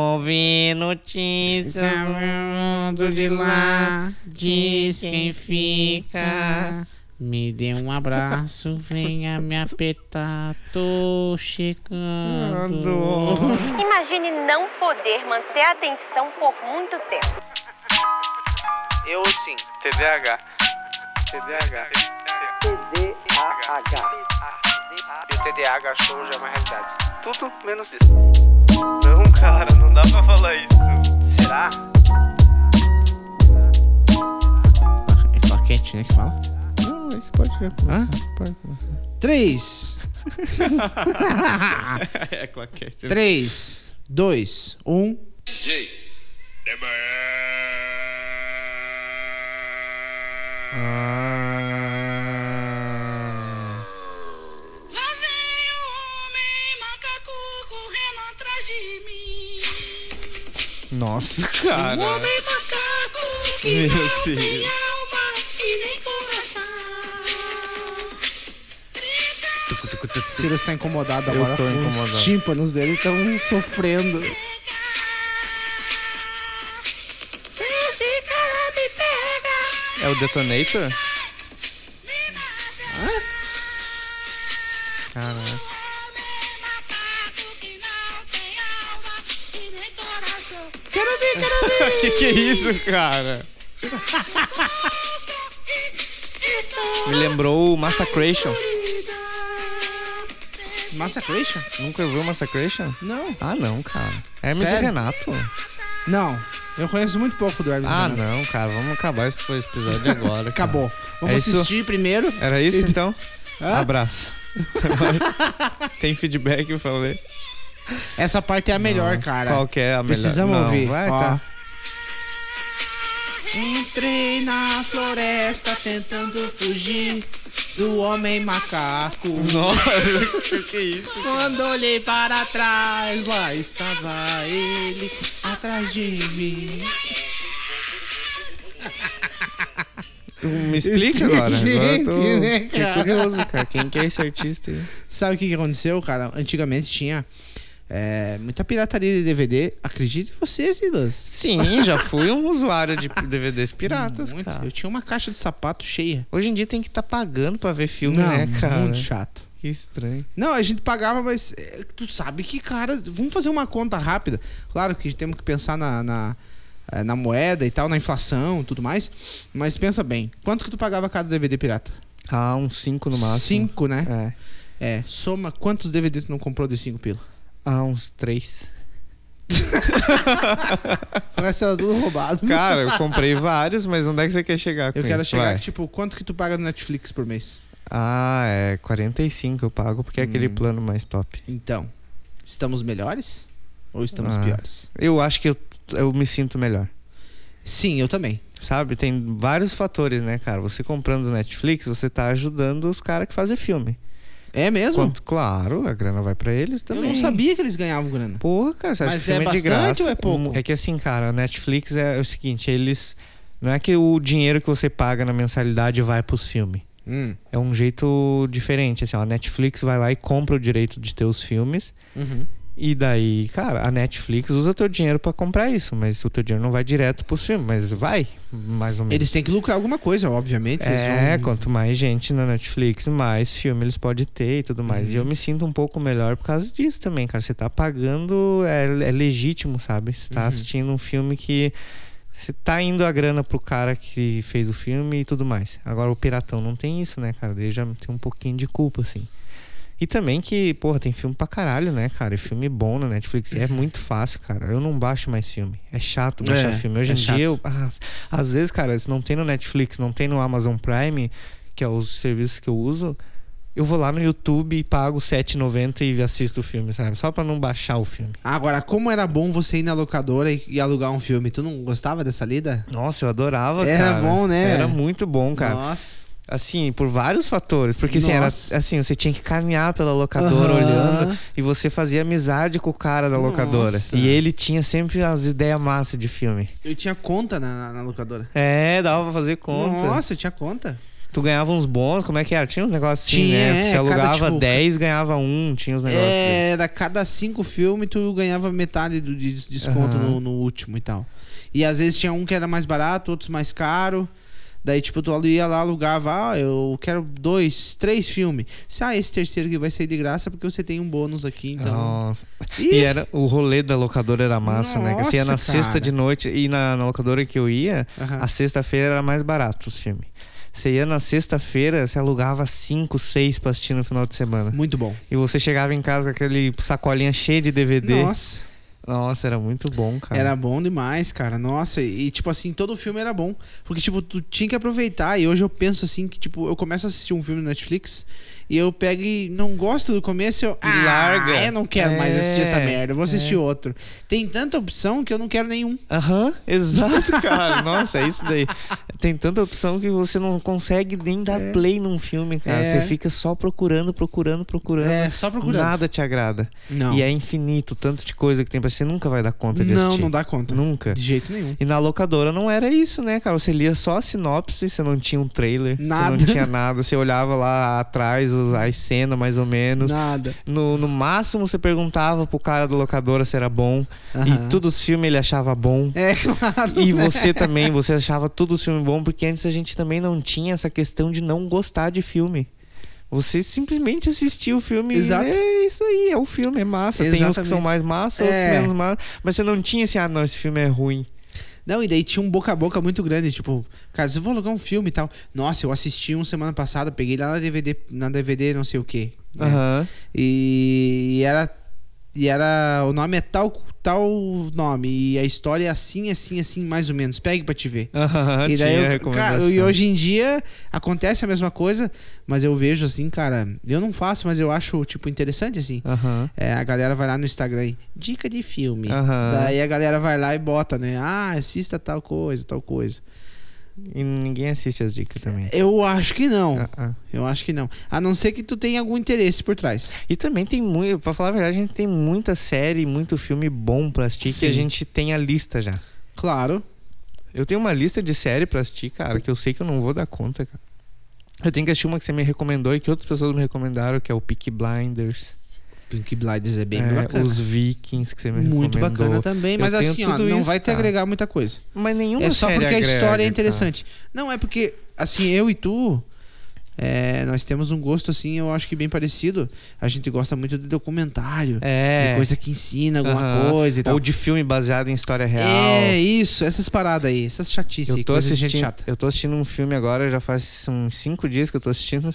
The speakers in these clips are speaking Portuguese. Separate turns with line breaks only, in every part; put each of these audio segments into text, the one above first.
ouvir notícias do é mundo de lá. Diz quem fica. Me dê um abraço, venha me apertar. Tô chegando.
Imagine não poder manter a atenção por muito tempo.
Eu sim. TDAH. TDAH. E o TDAH show já é uma realidade. Tudo menos isso.
Não, cara, não dá pra falar isso.
Será?
É claquete, né? Que fala?
Não, isso pode começar. Pode começar.
Três,
É claquete.
três, dois, um.
Ah.
Lá vem o homem macaco correndo atrás de mim.
Nossa,
Ah.
cara.
Homem macaco que
Meu
não tem
Deus.
alma e nem coração. Grita,
Ciro está incomodado
Eu
agora.
tô
com
incomodado.
Os tímpanos dele estão sofrendo.
pega. Se esse cara me pega,
É o detonator?
me mata.
Caraca.
Homem macaco que não tem alma e nem coração.
Quero ver, quero ver.
que que é isso, cara?
Estou
é
Me lembrou o Massacration.
escuridão.
Massacration?
Nunca ouviu o Massacration?
Não.
Ah, não, cara. Hermes
Sério?
e Renato.
Não. Eu conheço muito pouco do Hermes
Ah,
Renato.
não, cara. Vamos acabar esse esse episódio agora. cara.
Acabou. Vamos
É isso?
assistir primeiro.
Era isso, então?
Hã?
Abraço. Tem feedback, eu falei.
Essa parte é a melhor, cara.
Qual que é a melhor?
Precisamos
Não,
ouvir.
Vai,
Ó.
tá.
Entrei na floresta tentando fugir do homem macaco.
Nossa, que que é isso?
Quando olhei para trás, lá estava ele atrás de mim.
Me explica agora. Agora eu
Gente,
tô
né,
fiquei
cara?
curioso, cara. Quem que é esse artista aí?
Sabe o que, que aconteceu, cara? Antigamente tinha é, muita pirataria de DVD. Acredite você, Silas.
Sim, já fui um usuário de DVDs piratas,
Muito.
cara.
Eu tinha uma caixa de sapato cheia.
Hoje em dia tem que estar pagando pra ver filme,
Não,
né, cara?
muito chato.
Que estranho.
Não, a gente pagava, mas é, tu sabe que, cara, vamos fazer uma conta rápida. Claro que temos que pensar na, na, eh, na moeda e tal, na inflação e tudo mais. Mas pensa bem, quanto que tu pagava cada DVD pirata?
Ah, uns 5 no máximo.
Cinco, né?
É.
É. soma quantos DVD tu não comprou de cinco pila?
Ah, uns 3.
O resto era tudo roubado.
Cara, eu comprei vários, mas onde é que você quer chegar com
eu quero
isso?
chegar,
Vai.
que, tipo, quanto que tu paga no Netflix por mês?
Ah, é 45 eu pago, porque é aquele plano mais top.
Então, estamos melhores ou estamos
Ah.
piores?
Eu acho que eu, eu me sinto melhor.
Sim, eu também.
Sabe, tem vários fatores, né, cara? Você comprando Netflix, você tá ajudando os caras que fazem filme.
É mesmo?
Quanto- claro, a grana vai pra eles
Eu
também.
não sabia que eles ganhavam grana.
Porra, cara, você acha
Mas
que filme
é
de
bastante
graça?
ou é pouco?
É que assim, cara, a Netflix é o seguinte, eles... Não é que o dinheiro que você paga na mensalidade vai pros filmes.
Hum.
É um jeito diferente, assim, ó, a Netflix vai lá e compra o direito de ter os filmes.
Uhum.
E daí, cara, a Netflix usa teu dinheiro pra comprar isso, mas o teu dinheiro não vai direto pros filmes, mas vai, mais ou menos.
Eles têm que lucrar alguma coisa, obviamente. eles
É,
vão-
quanto mais gente na Netflix, mais filme eles podem ter e tudo mais. E
Uhum.
eu me sinto um pouco melhor por causa disso também, cara. Você tá pagando, é, é legítimo, sabe? Você
Uhum.
tá assistindo um filme que. Você tá indo a grana pro cara que fez o filme e tudo mais. Agora o Piratão não tem isso, né, cara? Daí já tem um pouquinho de culpa, assim. E também que, porra, tem filme pra caralho, né, cara? E filme bom na Netflix. É muito fácil, cara. Eu não baixo mais filme. É chato baixar
É,
filme. Hoje
é
em
chato.
dia, eu, ah, às vezes, cara, se não tem no Netflix, não tem no Amazon Prime, que é os serviços que eu uso, eu vou lá no YouTube e pago R$7,90 e assisto o filme, sabe? Só pra não baixar o filme.
Ah, Agora, como era bom você ir na locadora e, e alugar um filme? Tu não gostava dessa lida?
Nossa, eu adorava,
Era
cara.
bom, né?
Era muito bom, cara.
Nossa.
Assim, por vários fatores. Porque assim, era,
Nossa.
assim, você tinha que caminhar pela locadora
Aham.
olhando e você fazia amizade com o cara da locadora.
Nossa.
E ele tinha sempre as ideias massas de filme.
Eu tinha conta na, na- na locadora.
É, dava pra fazer conta.
Nossa, eu tinha conta.
Tu ganhava uns bons, como é que era? Tinha uns negócios assim,
Tinha,
né?
é,
Se
cada,
alugava
tipo,
10, ganhava um, tinha uns negócios. desses.
É, Era cada cinco filmes, tu ganhava metade do de des- desconto
Aham.
no, no último e tal. E às vezes tinha um que era mais barato, outros mais caro. Daí, tipo, tu ia lá, alugava, ah, eu quero dois, três filmes. Se, ah, esse terceiro aqui vai sair de graça porque você tem um bônus aqui, então.
Nossa.
Ih.
E era, o rolê da locadora era massa, né? Que você ia na
Nossa,
sexta
cara.
de noite e na, na locadora que eu ia,
Aham.
a sexta-feira era mais barato os filmes. Você ia na sexta-feira, você alugava cinco, seis pra assistir no final de semana.
Muito bom.
E você chegava em casa com aquele sacolinha cheia de DVD. Nossa,
Nossa,
era muito bom, cara.
era bom demais, cara. Nossa, e tipo assim, todo filme era bom. Porque, tipo, tu tinha que aproveitar. E hoje eu penso assim, que tipo, eu começo a assistir um filme no Netflix e eu pego e não gosto do começo eu... Ah,
larga.
eu não quero mais
É,
assistir essa merda, eu vou assistir outro. Tem tanta opção que eu não quero nenhum.
Aham, exato, cara. Nossa, é isso daí. Tem tanta opção que você não consegue nem dar play num filme, cara.
É.
Você fica só procurando, procurando, procurando.
É, só procurando.
Nada te agrada.
Não.
E é infinito, o tanto de coisa que tem pra você nunca vai dar conta de
Não,
assistir.
não dá conta.
Nunca.
De jeito nenhum.
E na locadora não era isso, né, cara? Você lia só a sinopse, você não tinha um trailer,
Nada.
você não tinha nada, você olhava lá atrás os- as cenas, mais ou menos.
Nada.
No, no máximo você perguntava pro cara da locadora se era bom.
Aham.
E todos os filmes ele achava bom.
É, claro.
E
né?
você também, você achava tudo o filme bom, porque antes a gente também não tinha essa questão de não gostar de filme. Você simplesmente assistia o filme
Exato.
e é isso aí, é o filme, é massa. Tem uns que são
Exatamente.
mais massa,
É.
outros menos massa. Mas você não tinha assim, ah, não, esse filme é ruim.
Não, e daí tinha um boca a boca muito grande, tipo, cara, eu vou alugar um filme e tal. Nossa, eu assisti um semana passada, peguei lá na DVD, na DVD não sei o quê. né?
Aham.
E, e era e era o nome é tal tal nome e a história é assim, assim, assim, mais ou menos. Pegue pra te ver.
Aham,
E
tinha
daí, eu-
recomendação.
cara, e hoje em dia acontece a mesma coisa, mas eu vejo assim, cara, eu não faço, mas eu acho, tipo, interessante assim.
Aham.
É, a galera vai lá no Instagram e dica de filme.
Aham.
Daí a galera vai lá e bota, né? Ah, assista tal coisa, tal coisa.
E ninguém assiste as dicas também.
Eu acho que não.
Ah, ah.
Eu acho que não. A não ser que tu tenha algum interesse por trás.
E também tem muito, pra falar a verdade, a gente tem muita série, muito filme bom pra assistir que
Sim.
a gente tem a lista já.
Claro.
Eu tenho uma lista de série pra assistir, cara, que eu sei que eu não vou dar conta, cara. Eu tenho que assistir uma que você me recomendou e que outras pessoas me recomendaram, que é o Peak Blinders.
Pink Blinders é bem
é,
bacana.
Os Vikings, que você me
Muito
recomendou.
bacana também,
Eu
mas
tenho
assim, ó,
tudo
não
isso,
vai te
cara.
agregar muita coisa.
Mas nenhuma
é só
série
porque a
agrega,
história é
cara.
interessante. Não, é porque, assim, eu e tu, é, nós temos um gosto, assim, eu acho que bem parecido. A gente gosta muito de documentário,
É.
de coisa que ensina alguma
Aham.
coisa e tal.
Ou de filme baseado em história real.
É, isso, essas paradas aí, essas chatices aí,
Eu tô,
coisa de gente
assistindo,
chata.
eu tô assistindo um filme agora, já faz uns cinco dias que eu tô assistindo.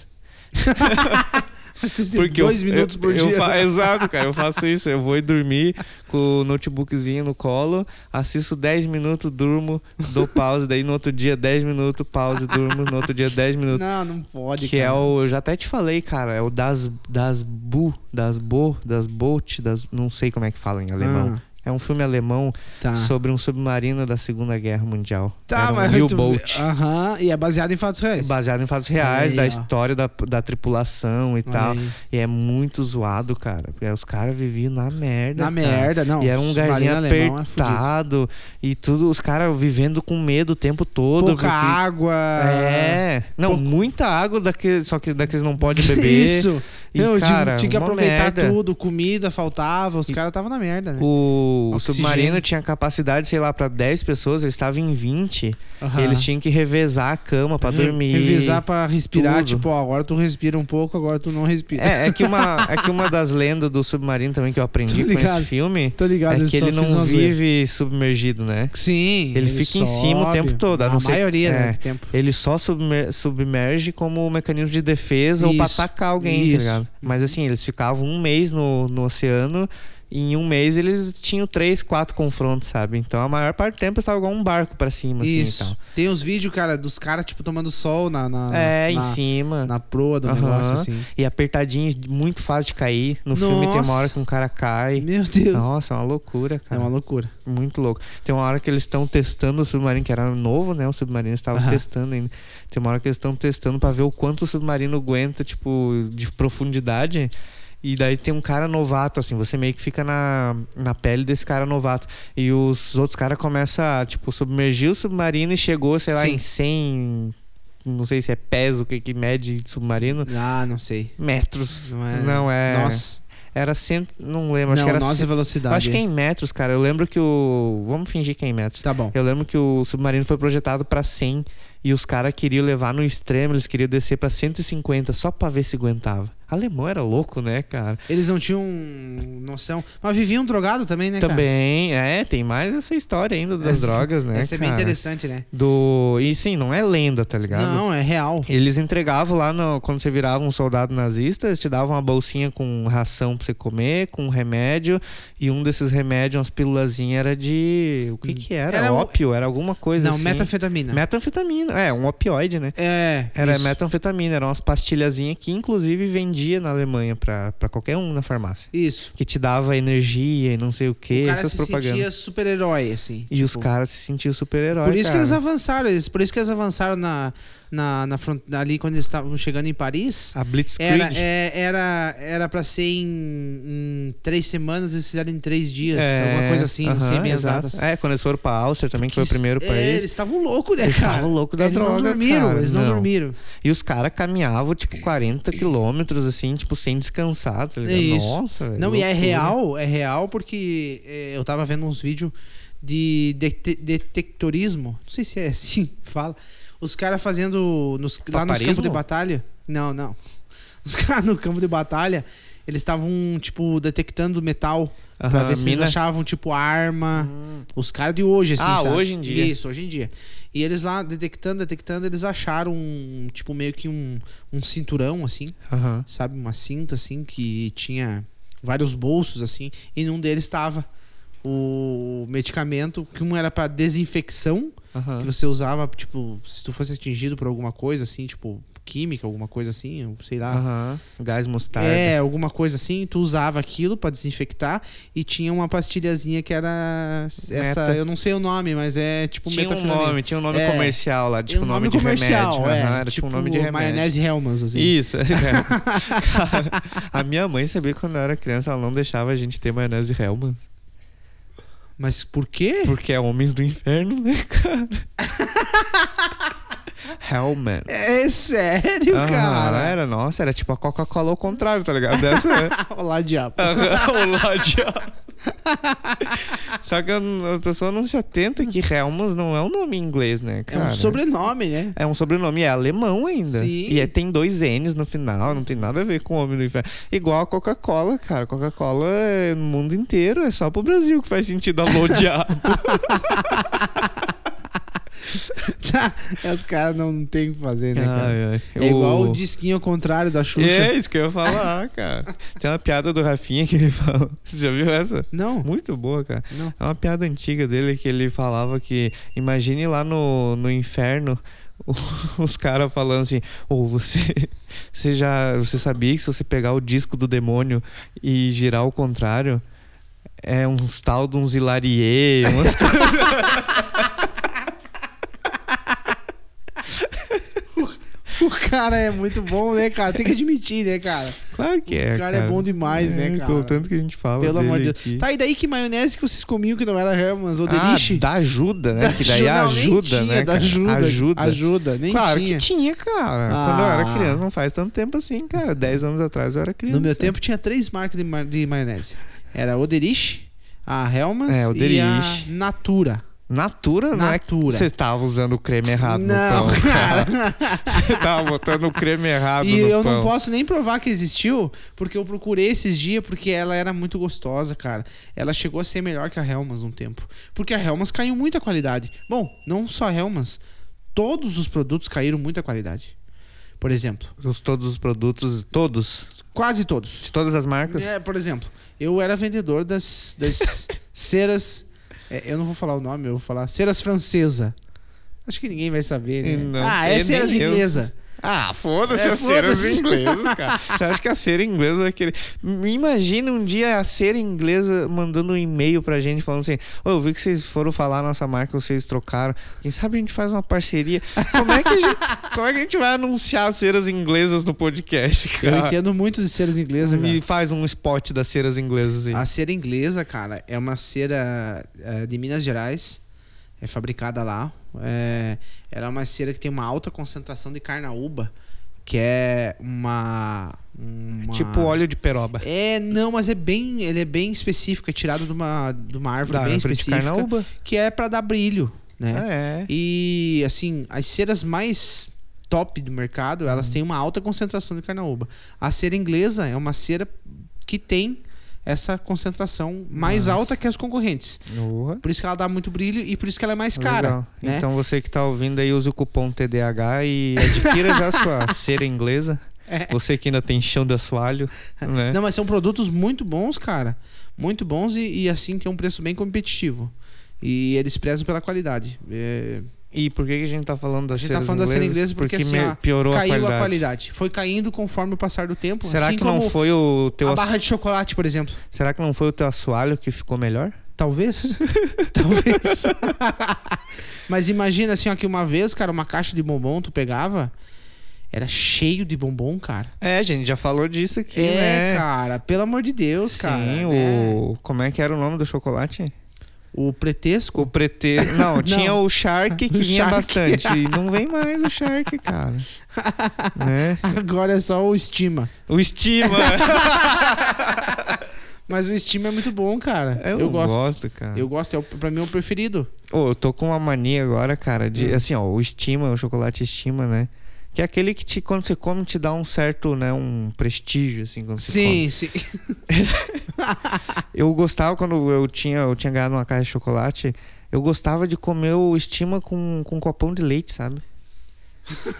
Porque
dois
eu-
minutos
eu-
por
eu
dia.
fa- exato, cara. Eu faço isso. Eu vou dormir com o notebookzinho no colo, assisto 10 minutos, durmo, dou pause. Daí no outro dia 10 minutos, pause, durmo. No outro dia 10 minutos.
Não, não pode,
que
cara.
é o... Eu já até te falei, cara. É o das, das Bu, das Bo, das Bolt, das... Não sei como é que fala em alemão.
Ah.
É um filme alemão
Tá.
sobre um submarino da Segunda Guerra Mundial.
Tá,
Era um
mas tu-
U-Boat.
Aham, e é baseado em fatos reais.
Baseado em fatos reais,
Olha
da
aí, ó.
história da, da tripulação e tal.
aí.
E é muito zoado, cara. Porque os caras viviam na merda.
Na
cara.
merda, não.
E era um
submarino
lugarzinho
alemão é fudido.
apertado. e tudo, os caras vivendo com medo o tempo todo.
Pouca
porque-
água.
É. Não,
Pouco-
muita água, daqui, só que daqui eles não podem beber.
Isso.
E,
eu digo,
cara,
tinha que
uma
aproveitar
merda.
tudo, comida faltava, os caras estavam na merda, né?
O, o
Oxigênio.
submarino tinha capacidade, sei lá, pra 10 pessoas, eles estavam em 20.
Aham.
E eles tinham que revezar a cama pra
Re-
dormir.
Revisar pra respirar,
tudo.
tipo, ó, agora tu respira um pouco, agora tu não respira.
É, é que, uma, é que uma das lendas do submarino também que eu aprendi
Tô
com
ligado.
esse filme
Tô ligado,
é que ele
só fiz
não
uma zoeira.
vive submergido, né?
Sim.
Ele fica em cima o
sobe,
tempo todo, a
A
não ser-
maioria, né,
é.
do tempo.
Ele só submer- submerge como um mecanismo de defesa ou pra
Isso,
atacar alguém,
isso.
tá ligado? Mas assim, eles ficavam um mês no, no oceano e em um mês eles tinham três, quatro confrontos, sabe? Então a maior parte do tempo eles estavam igual um barco pra cima,
Isso.
assim e tal.
Tem uns vídeos, cara, dos caras, tipo, tomando sol na... na
É,
na,
em cima.
Na proa do
Aham.
negócio, assim.
E apertadinho, muito fácil de cair. No filme tem
Nossa.
uma hora que um cara cai.
Meu Deus.
Nossa, é uma loucura,
É
cara.
uma loucura.
Muito louco. Tem uma hora que eles estão testando o submarino, que era novo, né? O submarino estava
Aham.
testando ainda. Tem uma hora que eles estão testando pra ver o quanto o submarino aguenta, tipo, de profundidade. E daí tem um cara novato, assim, você meio que fica na, na pele desse cara novato. E os outros caras começam a, tipo, submergir o submarino e chegou, sei lá,
Sim.
em 100 não sei se é peso, o que, que mede submarino.
Ah, não sei.
Metros.
Não é.
Não é.
Nós.
Era cento. Não lembro. acho
Não,
que era
nós e
cento-
velocidade.
Acho que é em metros, cara. Eu lembro que o. Vamos fingir que é em metros.
Tá bom.
Eu lembro que o submarino foi projetado pra 100 e os caras queriam levar no extremo, eles queriam descer pra 150 só pra ver se aguentava. Alemão era louco, né, cara?
Eles não tinham noção. Mas viviam drogado também, né, cara?
Também, é, tem mais essa história ainda das
Essa-
drogas, né?
Essa é bem
cara?
interessante, né?
Do. E sim, não é lenda, tá ligado?
Não, é real.
Eles entregavam lá no- quando você virava um soldado nazista, eles te davam uma bolsinha com ração pra você comer, com um remédio, e um desses remédios, umas pílulazinhas, era de. O que que era?
Era um-
Ópio? Era alguma coisa
Não,
assim.
metanfetamina.
Metanfetamina. É, um opioide, né?
É.
Era
isso.
metanfetamina, eram umas pastilhazinhas que inclusive vendia na Alemanha pra, pra qualquer um na farmácia.
Isso.
Que te dava energia e não sei o que,
O cara
essas
se
propagandas.
sentia super-herói, assim.
E os caras se sentiam super-heróis.
Por isso que
cara.
eles avançaram, eles, por isso que eles avançaram na, na, na front, ali quando eles estavam chegando em Paris.
A Blitzkrieg.
Era, é, era, era pra ser em, em três semanas, eles fizeram em três dias, alguma coisa assim, não sei
É, aham,
bem as
exato.
datas.
É, quando eles foram pra Áustria também, que foi o primeiro
É,
país.
Eles estavam loucos, né, cara?
Eles estavam loucos da
eles Não
droga,
dormiram,
cara,
Eles não,
não.
dormiram.
E os caras caminhavam, tipo, 40 quilômetros, assim, tipo, sem descansar, tá
É
ligado?
isso.
Nossa, velho,
Não, e é
loucura.
real, é real porque é, eu tava vendo uns vídeos de dete- detectorismo, não sei se é assim que fala. Os caras fazendo nos, lá nos
Paparismo?
campos de batalha. Não, não. Os caras no campo de batalha, eles estavam, tipo, detectando metal. pra
Aham,
ver se eles
mina. Hum.
achavam, tipo, arma. Os caras de hoje, assim,
Ah,
sabe?
hoje em dia.
Isso, hoje em dia. E eles lá, detectando, detectando, eles acharam, um, tipo, meio que um, um cinturão, assim
Aham.
sabe, uma cinta assim que tinha vários bolsos assim, e num deles tava o medicamento, que um era pra desinfecção,
Aham.
que você usava, tipo, se tu fosse atingido por alguma coisa assim, tipo, química, alguma coisa assim, eu sei lá.
Aham. tá. Gás mostarda.
É, alguma coisa assim, tu usava aquilo pra desinfectar e tinha uma pastilhazinha que era essa,
Meta.
eu não sei o nome, mas é tipo
Tinha um
metafenamina.
nome, tinha um nome
É.
comercial lá, tipo,
É um
nome, de remédio.
é,
Aham, era tipo um nome de remédio.
Maionese Hellmann's, assim.
Isso. é. Cara, a minha mãe sabia que quando eu era criança, ela não deixava a gente ter maionese Hellman.
Mas por quê?
Porque é Homens do Inferno, né, cara? Hellman.
É sério,
Aham,
cara.
Era, nossa, era tipo a Coca-Cola ao contrário, tá ligado? Dessa, né?
Olá, diabo.
Aham, o ladeado. Só que eu- a pessoa não se atenta que Helmans não é um nome em inglês, né,
É
cara?
um sobrenome, né?
É um sobrenome, é alemão ainda.
Sim.
E é- tem dois N's no final, não tem nada a ver com o Homem do Inferno. Igual a Coca-Cola, cara. Coca-Cola é no mundo inteiro, é só pro Brasil que faz sentido alodear.
Os caras não tem o que fazer, né, cara?
Ai, ai.
É igual
O-
o disquinho ao contrário da Xuxa.
É isso que eu ia falar, cara. Tem uma piada do Rafinha que ele fala. Você já viu essa?
Não.
Muito boa, cara.
Não.
É uma piada antiga dele que ele falava que. Imagine lá no, no inferno. o- Os caras falando assim, ou você, você já. Você sabia que se você pegar o disco do demônio e girar ao contrário, é uns tal de uns hilarie, umas coisas.
O cara é muito bom, né, cara? Tem que admitir, né, cara?
Claro que é.
O cara é bom demais, né, cara?
pelo tanto que a gente fala.
Pelo amor
dele
de
aqui.
Deus. Tá, e daí que maionese que vocês comiam que não era Hellmann's ou Delish?
Ah, dá ajuda, né?
Da
que daí
Ju- não, nem
ajuda,
tinha,
né?
da
cara?
ajuda,
ajuda.
ajuda, nem
claro
tinha.
que tinha, cara.
Ah.
Quando eu era criança, não faz tanto tempo assim, cara. Dez anos atrás eu era criança.
No meu tempo tinha três marcas de, ma- de maionese. Era o Delish, a Hellmann's
É, o
e a
Delish.
Natura.
Natura, né?
Natura.
Você tava usando o creme errado
Não,
no pão, cara. Você tava botando o creme errado
E
no
eu
pão.
não posso nem provar que existiu, porque eu procurei esses dias, porque ela era muito gostosa, cara. Ela chegou a ser melhor que a Helmans um tempo. Porque a Helmans caiu muita qualidade. Bom, não só a Helmans. Todos os produtos caíram muita qualidade. Por exemplo,
Os, todos os produtos, todos,
quase todos.
de todas as marcas.
É, por exemplo, eu era vendedor das, das ceras. é, eu não vou falar o nome, eu vou falar ceras francesa. Acho que ninguém vai saber, né?
E não
ah, é
tem
ceras
nem eu.
inglesa.
Ah, foda-se
É,
as ceras
foda-se.
inglesas, cara. Você acha que a cera inglesa vai querer. Me imagina um dia a cera inglesa mandando um e-mail pra gente falando assim: Ô, eu vi que vocês foram falar a nossa marca, vocês trocaram. Quem sabe a gente faz uma parceria. Como é que a gente, como é que a gente vai anunciar as ceras inglesas no podcast,
Eu
cara?
entendo muito de ceras inglesa, cara. Ah,
Me faz um spot das ceras inglesas aí.
A cera inglesa, cara, é uma cera eh, de Minas é, Gerais. é fabricada lá. É, ela é uma cera que tem uma alta concentração de carnaúba, que é uma. uma-
Tipo óleo de peroba.
É, não, mas é bem. Ele é bem específico, é tirado de uma, de uma árvore
Da
bem
árvore de
específica.
carnaúba?
Que é pra dar brilho, né?
Ah, é.
E assim, as ceras mais top do mercado,
Uhum.
elas têm uma alta concentração de carnaúba. A cera inglesa é uma cera que tem essa concentração mais alta que as concorrentes.
Boa.
Por isso que ela dá muito brilho e por isso que ela é mais cara,
Legal.
né?
Então você que tá ouvindo aí, usa o cupom TDH e adquira já sua cera inglesa. Você que ainda tem chão de assoalho, né?
É. Não, mas são produtos muito bons, cara. Muito bons e, e, assim que é um preço bem competitivo. E eles prezam pela qualidade. É,
E por que, que a gente tá falando
a
das
gente
ceras
tá falando da cera
inglesas?
inglesa porque,
me-
assim, ó,
piorou
caiu
a qualidade.
Foi caindo conforme o passar do tempo.
Será
assim
que
como
não foi o teu
a
ass-
barra de chocolate, por exemplo.
Será que não foi o teu assoalho que ficou melhor?
Talvez. Talvez. Mas imagina assim, ó, que uma vez, cara, uma caixa de bombom tu pegava, era cheio de bombom, cara.
É, gente, já falou disso aqui,
É,
né?
cara, pelo amor de Deus, cara.
Sim,
né?
o como é que era o nome do chocolate?
o pretexto.
O prete, não, tinha
Não.
o Shark que
Do
vinha
Shark.
bastante e não vem mais o Shark, cara. né?
Agora é só o estima.
O Estima.
Mas o estima é muito bom, cara.
Eu,
Eu, gosto.
cara.
Eu
Eu...
gosto, é o, pra mim é o preferido.
eu tô com uma mania agora, cara,
Hum.
de assim, ó, o Estima, o chocolate Estima, né? Que é aquele que te, quando você come te dá um certo, né, um prestígio assim quando você come.
Sim, sim.
Eu gostava quando eu tinha, eu tinha ganhado uma caixa de chocolate. Eu gostava de comer o estima com, com um copão de leite, sabe?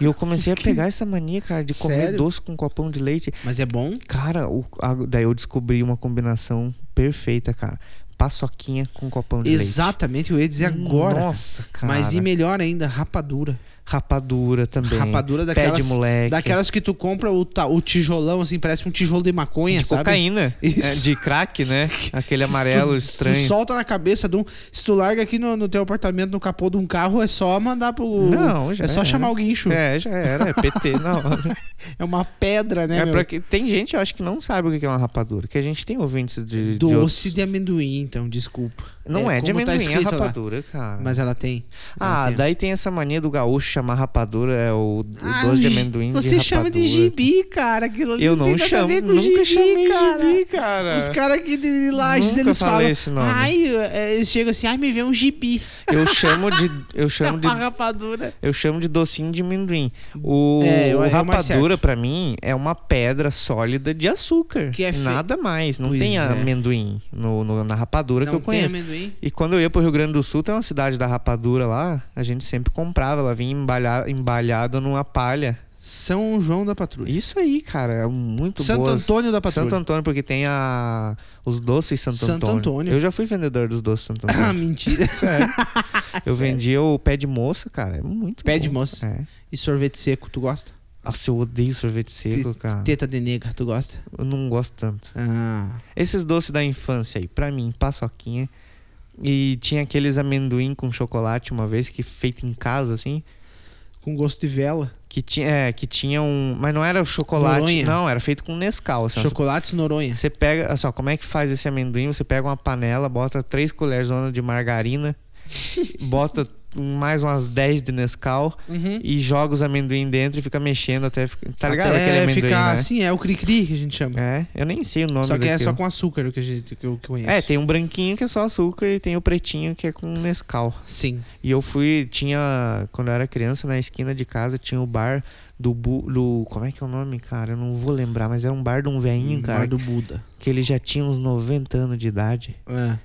E eu comecei a pegar essa mania, cara, de comer
Sério?
doce com um copão de leite.
Mas é bom?
Cara, o- a- daí eu descobri uma combinação perfeita, cara. Paçoquinha com copão de
Exatamente, eu ia dizer
leite.
agora.
Nossa, cara.
Mas e melhor ainda, rapadura.
Rapadura também.
Rapadura
Pé
daquelas,
de moleque.
daquelas que tu compra o, ta- o tijolão, assim, parece um tijolo de maconha,
de
sabe?
cocaína.
Isso.
É, de crack, né? Aquele
Se tu-
amarelo
se
estranho.
Tu solta na cabeça de um. Se tu larga aqui no, no teu apartamento, no capô de um carro, é só mandar pro.
Não, já
É só
era.
chamar o guincho. É,
É, já era. É PT na hora.
uma pedra, né?
É
meu?
pra que, tem gente, eu acho que não sabe o que é uma rapadura. Que a gente tem ouvintes de. de
Doce
outros-
de amendoim, então, desculpa.
Não é, de
como tá
amendoim, é
escrito lá.
rapadura, cara.
Mas ela tem. ela
ah,
tem.
daí tem essa mania do gaúcho chamar rapadura, é o, o
Ah,
doce de amendoim.
Você
de
chama de
rapadura.
gibi, cara. Aquilo ali
Eu
tem
não
nada a
chamo,
ver com
nunca
gibi,
chamei
cara.
gibi, cara.
Os caras aqui de Lages,
É. Nunca
eles
falei né?"
falam.
esse nome.
Ai, eh, eles chegam assim, ai, me vê um gibi.
Eu chamo de. Eu chamo de.
É Uma rapadura.
Eu chamo de docinho de amendoim. O,
É,
o
eu- é o mais
rapadura,
certo.
pra mim, é uma pedra sólida de açúcar.
Que é fe-
Nada mais. Não
Pois
tem
é.
amendoim no, no- na rapadura que eu conheço.
amendoim?
E quando eu ia pro Rio Grande do Sul, tem uma cidade da Rapadura lá, a gente sempre comprava, ela vinha embalha- embalhada numa palha.
São João da Patrulha.
Isso aí, cara, é muito
Santo
boas.
Antônio da Patrulha.
Santo Antônio, porque tem a os doces Santo,
Santo
Antônio.
Antônio.
Eu já fui vendedor dos doces Santo
Ah,
Antônio.
mentira.
eu vendia o pé de moça, cara, é muito
Ah, Pé
bom.
de moça.
É.
E sorvete seco, tu gosta?
Nossa, eu odeio sorvete seco,
Te-
cara.
Teta de nega, tu gosta?
Eu não gosto tanto.
Ah.
Esses doces da infância aí, pra mim, paçoquinha. E tinha aqueles amendoim com chocolate uma vez, que feito em casa, assim.
Com gosto de vela.
Que tinha, é, que tinha um. Mas não era o chocolate,
Noronha.
não, era feito com Nescau. Assim, ó.
Chocolates Noronha.
Você pega. olha Só, como é que faz esse amendoim? Você pega uma panela, bota três colheres de margarina, bota mais umas 10 de Nescau e joga os amendoim dentro e fica mexendo Uhum. até. fica- Tá ligado?
Até
Aquele amendoim. né?
ficar assim, é o cri-cri que a gente chama.
É, eu nem sei o nome
só que é
daquilo.
só com açúcar o que, a gente, que eu que eu conheço.
É, tem um branquinho que é só açúcar e tem o pretinho que é com Nescau.
Sim.
E eu fui, tinha, quando eu era criança, na esquina de casa tinha o bar do, Bu- do como é que é o nome, cara? Eu não vou lembrar, mas era um bar de um velhinho, cara,
Mar do Buda.
que ele já tinha uns 90 anos de idade.
É.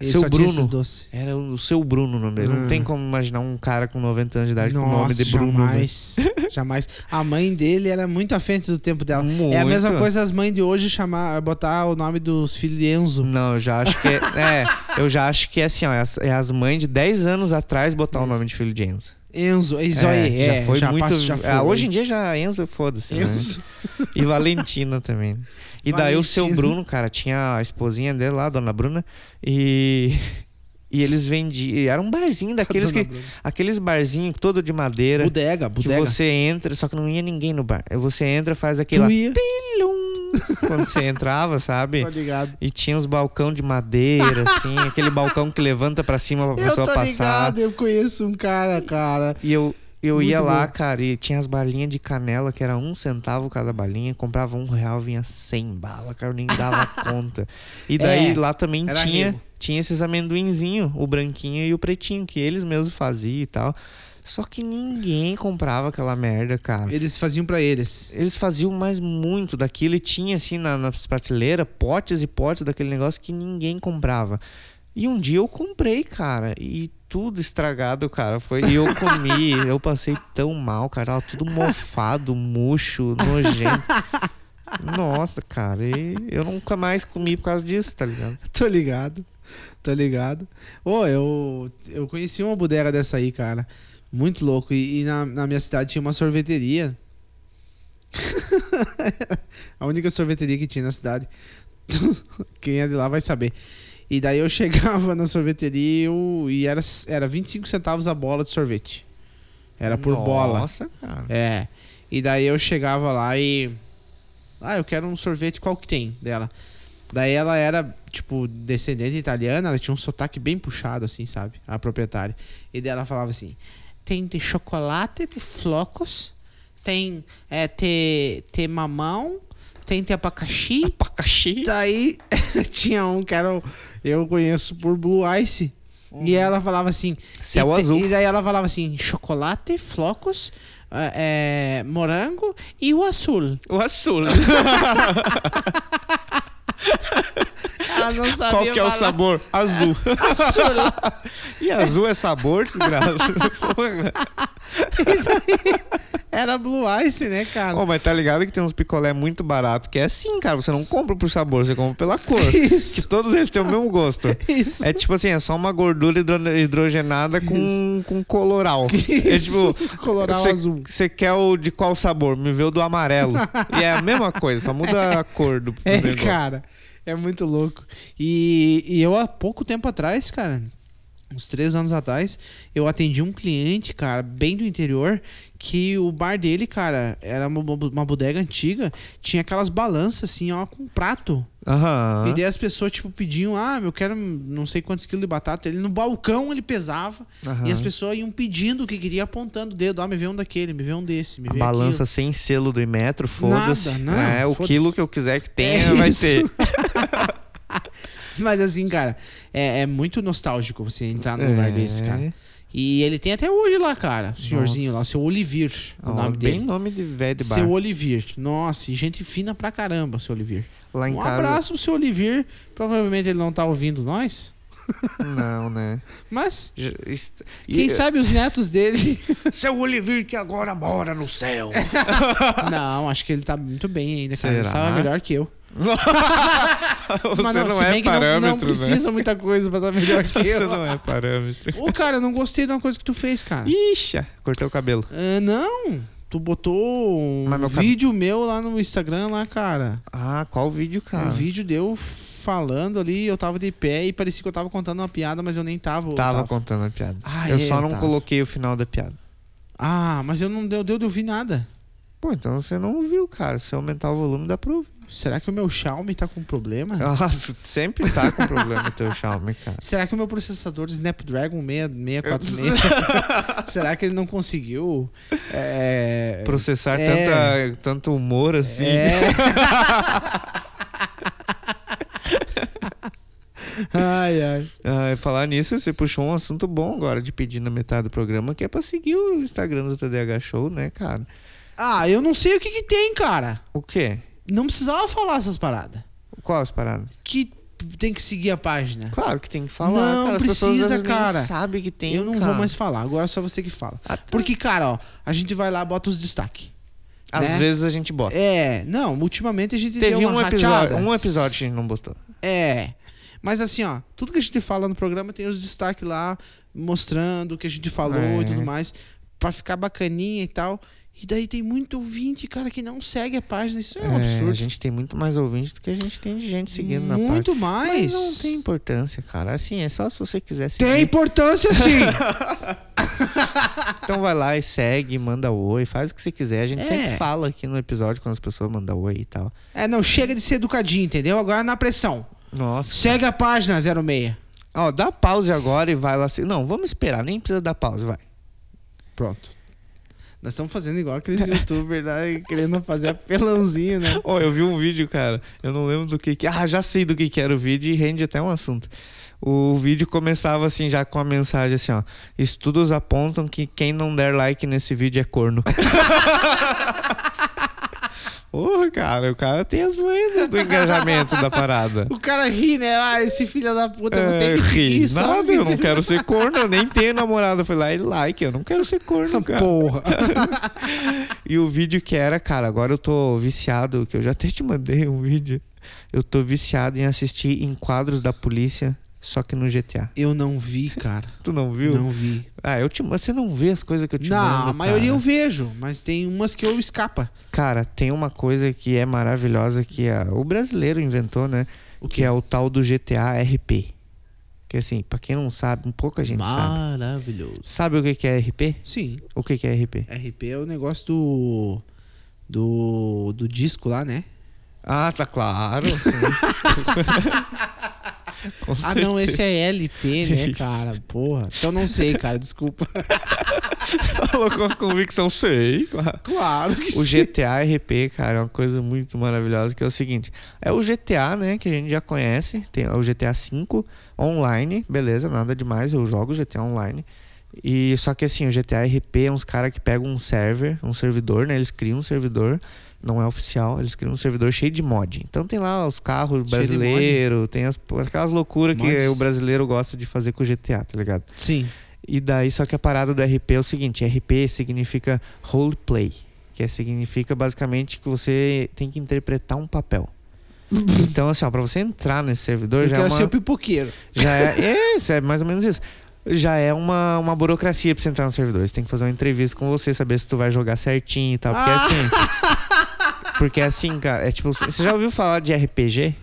Ele
Seu
só tinha esses
Bruno.
doces.
Era o seu Bruno o nome dele.
Ah.
Não tem como imaginar um cara com 90 anos de idade com o nome
Nossa,
de Bruno. né?
jamais. jamais. A mãe dele era muito à frente do tempo dela. É a
Muito.
mesma coisa as mães de hoje chamar, botar o nome dos filhos de Enzo.
Não, eu já acho que é, é, eu já acho que é assim, ó, é as, é as mães de 10 anos atrás botar o nome de filho de Enzo.
Enzo, isso aí, é,
já foi muito.
passou, já foi.
Ah, hoje em dia já Enzo, foda-se. né?
Enzo.
E Valentina também. né? E daí o seu
Valentina.
Bruno, cara, tinha a esposinha dele lá, a dona Bruna, e. E eles vendiam. Era um barzinho daqueles
dona
que.
Bruna.
Aqueles barzinhos todo de madeira.
Bodega,
que
bodega.
você entra, só que não ia ninguém no bar. Aí Você entra, faz
Tu
aquela.
ia.
pilum, quando você entrava, sabe?
Tô ligado.
E tinha uns balcão de madeira, assim, aquele balcão que levanta pra cima pra
Eu tô
pessoa passar.
ligado, eu conheço um cara, cara.
E eu, eu ia
Muito
lá,
bom.
cara, e tinha as balinhas de canela, que era um centavo cada balinha, comprava um real, vinha 100 bala, cara, eu nem dava conta. E daí
É,
lá também
era
tinha,
rego.
tinha esses amendoinzinhos, o branquinho e o pretinho, que eles mesmos faziam e tal. Só que ninguém comprava aquela merda, cara.
Eles faziam pra eles.
Eles faziam mais muito daquilo e tinha assim na, nas prateleiras potes e potes daquele negócio que ninguém comprava. E um dia eu comprei, cara, e tudo estragado, cara. Foi, e eu comi, eu passei tão mal, cara. Tava tudo mofado, murcho, nojento. Nossa, cara, e eu nunca mais comi por causa disso, tá ligado?
Tô ligado. Tô ligado. Ô, eu, eu conheci uma bodega dessa aí, cara. Muito louco. E, e na, na minha cidade tinha uma sorveteria. a única sorveteria que tinha na cidade. Quem é de lá vai saber. E daí eu chegava na sorveteria e eu- e era, era 25 centavos a bola de sorvete. Era por bola.
Nossa, cara.
É. E daí eu chegava lá e. Ah, eu quero um sorvete qual que tem dela. Daí ela era, tipo, descendente italiana, ela tinha um sotaque bem puxado, assim, sabe? A proprietária. E daí ela falava assim: tem de chocolate de flocos, tem é, te, te mamão, tem de abacaxi.
Abacaxi.
Daí tinha um que era. o- Eu conheço por Blue Ice. E ela falava assim.
Céu
e te-
É azul.
E daí ela falava assim: chocolate, flocos, ah, é, morango e o azul.
O azul. né?
Ela Ah, não sabia.
Qual que é o
falar.
sabor? Azul.
Azul.
E azul é sabor, desgraça? Porra.
Era Blue Ice, né, cara?
Ô, mas tá ligado que tem uns picolé muito barato que é assim, cara. Você não compra por sabor, você compra pela cor.
Isso.
Que todos eles têm o mesmo gosto.
Isso.
É tipo assim, é só uma gordura hidro- hidrogenada com, com coloral. É
Isso,
tipo.
coloral
cê-
azul.
Você quer o de qual sabor? Me vê o do amarelo. e é a mesma coisa, só muda a cor do, do
É,
negócio.
cara, é muito louco. E, e eu há pouco tempo atrás, cara, uns três anos atrás, eu atendi um cliente, cara, bem do interior, que o bar dele, cara, era uma, bo- uma bodega antiga, tinha aquelas balanças assim, ó, com prato. E
Aham.
daí as pessoas, tipo, pediam, ah, eu quero não sei quantos quilos de batata. Ele no balcão ele pesava.
Aham.
E as pessoas iam pedindo o que queria, apontando o dedo. Ah, me vê um daquele, me vê um desse, me
A
vê
balança
aquilo.
sem selo do Imetro, foda-se.
Nada, não,
é, o
foda-se.
quilo que eu quiser que tenha
É
vai
isso.
ter.
Mas assim, cara, é, é muito nostálgico você entrar num
É.
lugar desse, cara. E ele tem até hoje lá, cara. O senhorzinho lá, o seu Olivir, o
Ó,
nome
bem
dele.
nome de velho de bar.
Seu Olivir. Nossa, e gente fina pra caramba, o seu Olivir.
Lá em
um
casa.
abraço pro seu Olivir. Provavelmente ele não tá ouvindo nós,
Não, né?
mas
Já- est-
quem
e-
sabe os netos dele.
Seu Olivir que agora mora no céu.
não, acho que ele tá muito bem ainda, cara. Ele
Será?
tava melhor que eu.
Você é
mas não, se bem que não, não precisa muita coisa pra estar melhor que
né? Você
eu.
não é parâmetro.
Ô, cara, eu não gostei de uma coisa que tu fez, cara.
Ixi, cortei o cabelo.
Ah, não. Tu botou um
Mas meu cab-
vídeo meu lá no Instagram, lá, cara.
Ah, qual vídeo, cara?
Um vídeo deu falando ali, eu tava de pé e parecia que eu tava contando uma piada, mas eu nem tava. eu
Tava contando a piada.
Ah,
eu
é,
só não
tava.
coloquei o final da piada.
Ah, mas eu não deu, deu de ouvir nada.
Pô, então você não ouviu, cara. Se eu aumentar o volume, dá pra ouvir.
Será que o meu Xiaomi tá com problema?
Nossa, sempre tá com problema teu Xiaomi, cara.
Será que o meu processador Snapdragon 646 Será que ele não conseguiu? É.
Processar
É.
tanta, tanto humor assim.
É. ai, ai.
Ah, e falar nisso, você puxou um assunto bom agora de pedir na metade do programa, que é pra seguir o Instagram do TDH Show, né, cara?
Ah, eu não sei o que que tem, cara.
O quê?
Não precisava falar essas paradas.
Qual as paradas?
Que tem que seguir a página.
Claro que tem que falar,
Não
cara. As pessoas
precisa,
às vezes, nem
cara.
sabe que tem,
eu não
cara. Tá. Ah,
vou mais falar, agora é só você que fala. Porque, cara, ó, a gente vai lá, bota os destaques.
Às
né?
vezes a gente bota.
É, não, ultimamente a gente
Teve
deu uma
um
rateada.
episódio, um episódio que a gente não botou.
É. Mas assim, ó, tudo que a gente fala no programa tem os destaques lá, mostrando o que a gente falou
É.
e tudo mais, pra ficar bacaninha e tal. E daí tem muito ouvinte, cara, que não segue a página. Isso é, um
É,
absurdo.
A gente tem muito mais ouvintes do que a gente tem de gente seguindo na página.
muito mais.
Mas não tem importância, cara. Assim, é só se você quiser seguir.
Tem importância sim.
Então vai lá e segue, manda oi, faz o que você quiser. A gente
É.
sempre fala aqui no episódio quando as pessoas mandam oi e tal.
é, não, chega de ser educadinho, entendeu? Agora na pressão.
Nossa.
Segue a página 06.
Ó, dá pause agora e vai lá. se- Não, vamos esperar, nem precisa dar pause, vai.
Pronto. Nós estamos fazendo igual aqueles youtubers lá, querendo fazer apelãozinho, né?
Ó, eu vi um vídeo, cara. Eu não lembro do que que. Ah, já sei do que que era o vídeo e rende até um assunto. O vídeo começava assim, já com a mensagem assim, ó. Estudos apontam que quem não der like nesse vídeo é corno. Porra, cara, o cara tem as manhas do engajamento da parada.
O cara ri, né? Ah, esse filho da puta, eu vou ter que
É,
seguir,
ri.
sabe?
Nada, eu não quero ser corno, eu nem tenho namorada. Foi lá e like, eu não quero ser corno, cara.
Porra.
E o vídeo que era, cara, agora eu tô viciado, que eu já até te mandei um vídeo. Eu tô viciado em assistir enquadros da polícia, só que no GTA.
Eu não vi, cara.
Tu não viu?
Não vi.
Ah, eu te mando. Você não vê as coisas que eu te
não,
mando.
a maioria
cara.
eu vejo, mas tem umas que eu escapa.
Cara, tem uma coisa que é maravilhosa que a- o brasileiro inventou, né? O que é o tal do GTA RP. Que assim, pra quem não sabe, pouca gente sabe.
Maravilhoso.
Sabe o que que é RP?
Sim.
O que que é RP?
RP é o negócio do. Do. Do disco lá, né?
Ah, tá claro.
Ah, não, esse é LP, né,
Isso.
cara? Porra. Então não sei, cara, desculpa.
Colocou a convicção, sei, claro.
Claro que
O
sim.
GTA RP, cara, é uma coisa muito maravilhosa, que é o seguinte. É o GTA, né, que a gente já conhece. Tem o GTA V online, beleza, nada demais. Eu jogo GTA online. E só que assim, o GTA RP é uns caras que pegam um server, um servidor, né? Eles criam um servidor, não é oficial, eles criam um servidor cheio de mod. Então tem lá os carros
Cheio de mod?
brasileiros, tem as, aquelas loucuras que
Mods?
o brasileiro gosta de fazer com o GTA, tá ligado?
Sim.
E daí, só que a parada do RP é o seguinte: RP significa roleplay, que é- significa basicamente que você tem que interpretar um papel. Então, assim, ó, pra você entrar nesse servidor
Eu
já
quero
é uma.
ser o pipoqueiro.
Já é, é, isso é mais ou menos isso. Já é uma, uma burocracia pra você entrar no servidor. Você tem que fazer uma entrevista com você, saber se tu vai jogar certinho e tal. Porque é assim.
Ah!
Porque é assim, cara, é tipo. Você já ouviu falar de RPG?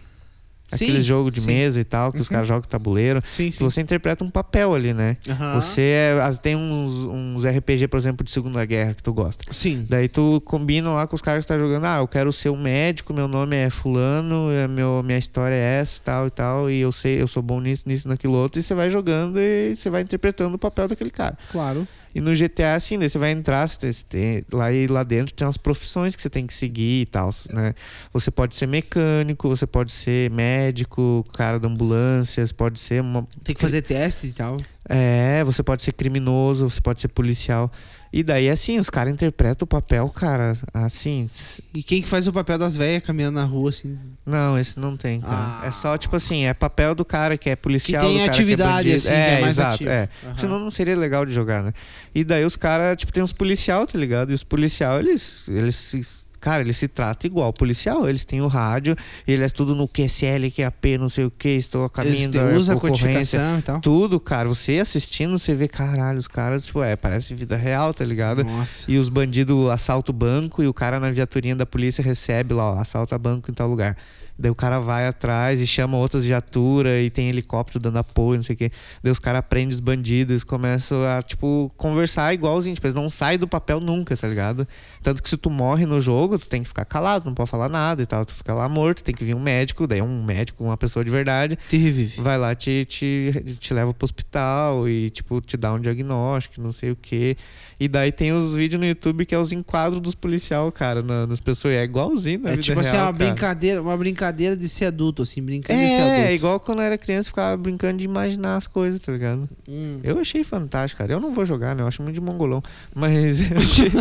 Sim,
Aquele jogo de
sim. Uhum.
mesa e tal, que os caras jogam tabuleiro.
Sim,
Se você interpreta um papel ali, né?
Aham.
Você é, as- tem uns, uns RPG, por exemplo, de Segunda Guerra que tu gosta.
Sim.
Daí tu combina lá com os caras que tá jogando. Ah, eu quero ser um médico, meu nome é fulano, é meu, minha história é essa, tal e tal. E eu sei, eu sou bom nisso, nisso, naquilo outro. E você vai jogando e você vai interpretando o papel daquele cara.
Claro.
E no GTA, assim, daí você vai entrar, você tem- você tem- lá, e lá dentro tem umas profissões que você tem que seguir e tal, né? Você pode ser mecânico, você pode ser médico, cara da ambulância, você pode ser uma
Tem que fazer teste e tal.
é, você pode ser criminoso, você pode ser policial. E daí, assim, os caras interpretam o papel, cara, assim. s-
E quem que faz o papel das velhas caminhando na rua, assim?
Não, esse não tem, cara.
Ah.
É só, tipo assim, é papel do cara que é policial.
Que tem
do cara
atividade,
que é bandido.
assim, que é mais
exato,
ativo.
É.
Aham.
Senão não seria legal de jogar, né? E daí os caras, tipo, tem uns policial, tá ligado? E os policial, eles. eles se- Cara, eles se tratam igual policial. Eles têm o rádio, eles é tudo no QSL, QAP, não sei o que, estou a caminho
Eles
da
usam a
ocorrência.
codificação e tal.
Tudo, cara. Você assistindo, você vê, caralho, os caras, tipo, é, parece vida real, tá ligado?
Nossa.
E os bandidos assaltam o banco e o cara na viaturinha da polícia recebe lá, ó, assalta banco em tal lugar. Daí o cara vai atrás e chama outras viaturas e tem helicóptero dando apoio, não sei o quê. Daí os caras prendem os bandidos, eles começam a, tipo, conversar igualzinho. Tipo, eles não saem do papel nunca, tá ligado? Tanto que se tu morre no jogo, tu tem que ficar calado, não pode falar nada e tal. Tu fica lá morto, tem que vir um médico, daí é um médico, uma pessoa de verdade
Te revive.
vai lá te, te, te leva pro hospital e, tipo, te dá um diagnóstico, não sei o quê. E daí tem os vídeos no YouTube que é os enquadros dos policial, cara, na- nas pessoas. E é igualzinho na
É
vida
tipo assim,
real,
uma
cara.
brincadeira, uma brincadeira de ser adulto, assim, brincando de ser
É,
adulto.
é igual quando eu era criança, eu ficava brincando de imaginar as coisas, tá ligado?
Hum.
Eu achei fantástico, cara. Eu não vou jogar, né? Eu acho muito de mongolão. Mas eu achei,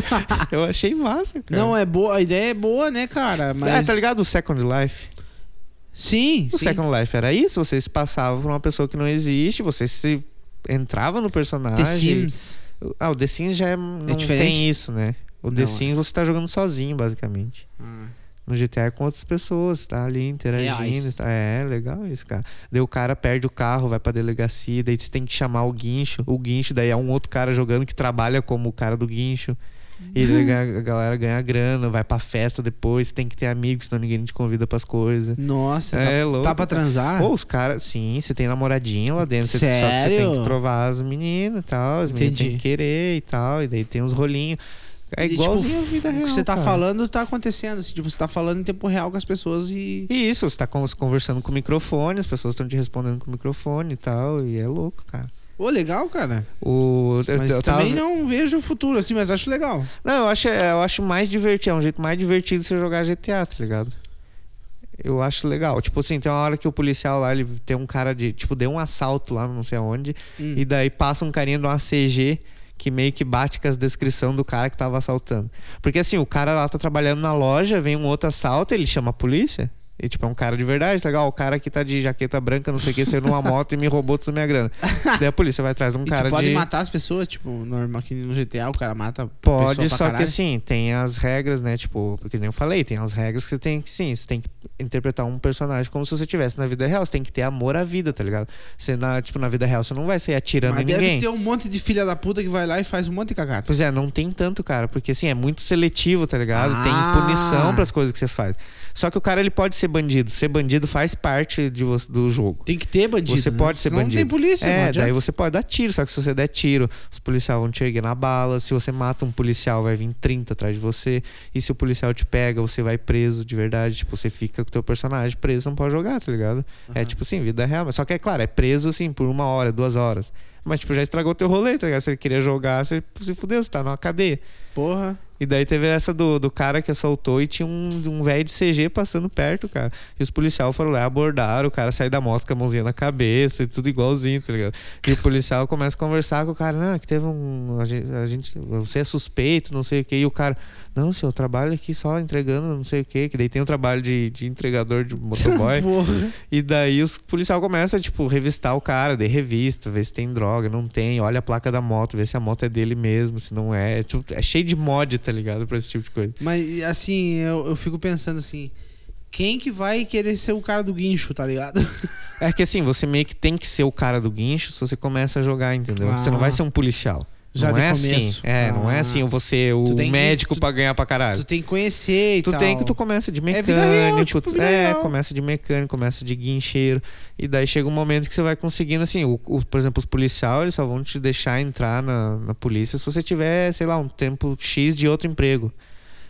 eu achei massa, cara.
Não, é boa, a ideia é boa, né, cara? Mas...
É, tá ligado? O Second Life.
Sim,
O
sim.
Second Life era isso. Você se passava por uma pessoa que não existe. Você se entrava no personagem.
The Sims.
Ah, o The Sims já é, não
diferente?
tem isso, né? O The
Não, é.
Sims você tá jogando sozinho, basicamente.
Ah.
No GTA é com outras pessoas, você tá ali interagindo.
Reais.
Tá... É, legal isso, cara. Daí o cara perde o carro, vai pra delegacia, daí você tem que chamar o guincho. O guincho daí é um outro cara jogando que trabalha como o cara do guincho. E daí a a galera ganha grana, vai pra festa depois, tem que ter amigos, senão ninguém te convida pras coisas.
Nossa,
É
tá,
louco,
tá pra
tá.
transar?
Ou os caras, sim, você tem namoradinha lá dentro, você- só que você tem
Sério?
que trovar as meninas e tal, as meninas têm
Entendi.
que querer e tal, e daí tem uns rolinhos. É
E, tipo,
igualzinho a vida
o
real.
que você tá
cara.
falando tá acontecendo. assim, tipo, você tá falando em tempo real com as pessoas e.
E isso, você tá con- conversando com o microfone, as pessoas estão te respondendo com o microfone e tal, e é louco, cara.
Ô, legal, cara.
O, eu,
Mas
eu tava-
também não vejo o futuro, assim, mas acho legal.
Não, eu acho, é, eu acho mais divertido. É um jeito mais divertido você jogar GTA, tá ligado? Eu acho legal. Tipo assim, tem uma hora que o policial lá, ele tem um cara de. Tipo, deu um assalto lá, não sei aonde.
Hum.
E daí passa um carinha de uma CG que meio que bate com as descrições do cara que tava assaltando. Porque assim, o cara lá tá trabalhando na loja, vem um outro assalto, ele chama a polícia. E tipo, é um cara de verdade, tá legal? O cara que tá de jaqueta branca, não sei o que, saiu numa moto e me roubou toda a minha grana. daí a polícia vai atrás de um
E
cara
tu pode
de.
matar as pessoas, tipo, normal que no GTA o cara mata.
Pode,
pessoa pra
só que
caralho.
assim, tem as regras, né? Tipo, porque nem eu falei, tem as regras que você tem que, sim, você tem que interpretar um personagem como se você estivesse na vida real. Você tem que ter amor à vida, tá ligado? Você, na, tipo, na vida real, você não vai sair atirando
Mas
em ninguém.
deve ter um monte de filha da puta que vai lá e faz um monte de cagada.
Pois é, não tem tanto, cara, porque assim, é muito seletivo, tá ligado?
Ah.
Tem punição pras coisas que você faz. Só que o cara, ele pode ser bandido. Ser bandido faz parte de vo- do jogo.
Tem que ter bandido.
Você
né?
pode ser
Senão
bandido.
Não tem polícia, não
É,
adianta.
daí você pode dar tiro, só que se você der tiro, os policiais vão te erguer na bala. Se você mata um policial, vai vir 30 atrás de você. E se o policial te pega, você vai preso de verdade. Tipo, você fica com o teu personagem preso, não pode jogar, tá ligado? É tipo assim, vida real. Mas só que é claro, é preso assim por uma hora, duas horas. Mas, tipo, já estragou teu rolê, tá ligado? Você queria jogar, você se fudeu, você tá numa cadeia.
Porra.
E daí teve essa do, do cara que assaltou e tinha um, um velho de CG passando perto, cara. E os policiais foram lá, abordaram, o cara saiu da moto com a mãozinha na cabeça e tudo igualzinho, tá ligado? E o policial começa a conversar com o cara, não, que teve um. A gente, a gente- você é suspeito, não sei o quê. E o cara, não, senhor, eu trabalho aqui só entregando, não sei o quê. Que daí tem um trabalho de, de entregador de motoboy.
Porra.
E daí os policial começa, tipo, revistar o cara, de revista, vê se tem droga, não tem, olha a placa da moto, vê se a moto é dele mesmo, se não é. É, tipo, é cheio de mod, tá ligado? Pra esse tipo de coisa.
Mas, assim, eu, eu fico pensando assim. Quem que vai querer ser o cara do guincho, tá ligado?
É que assim, você meio que tem que ser o cara do guincho se você começa a jogar, entendeu?
Ah.
Você não vai ser um policial.
Já
não
de
é
começo.
assim. É, não
Ah.
é assim você, o
Tu tem que-
médico
tu-
pra ganhar pra caralho.
tu tem que conhecer e
Tu
tal.
tem que tu começa de
É
mecânico.
vida real, tipo, vida
é,
real.
começa de mecânico, começa de guincheiro. E daí chega um momento que você vai conseguindo, assim, o, o- por exemplo, os policiais, eles só vão te deixar entrar na, na polícia se você tiver, sei lá, um tempo X de outro emprego.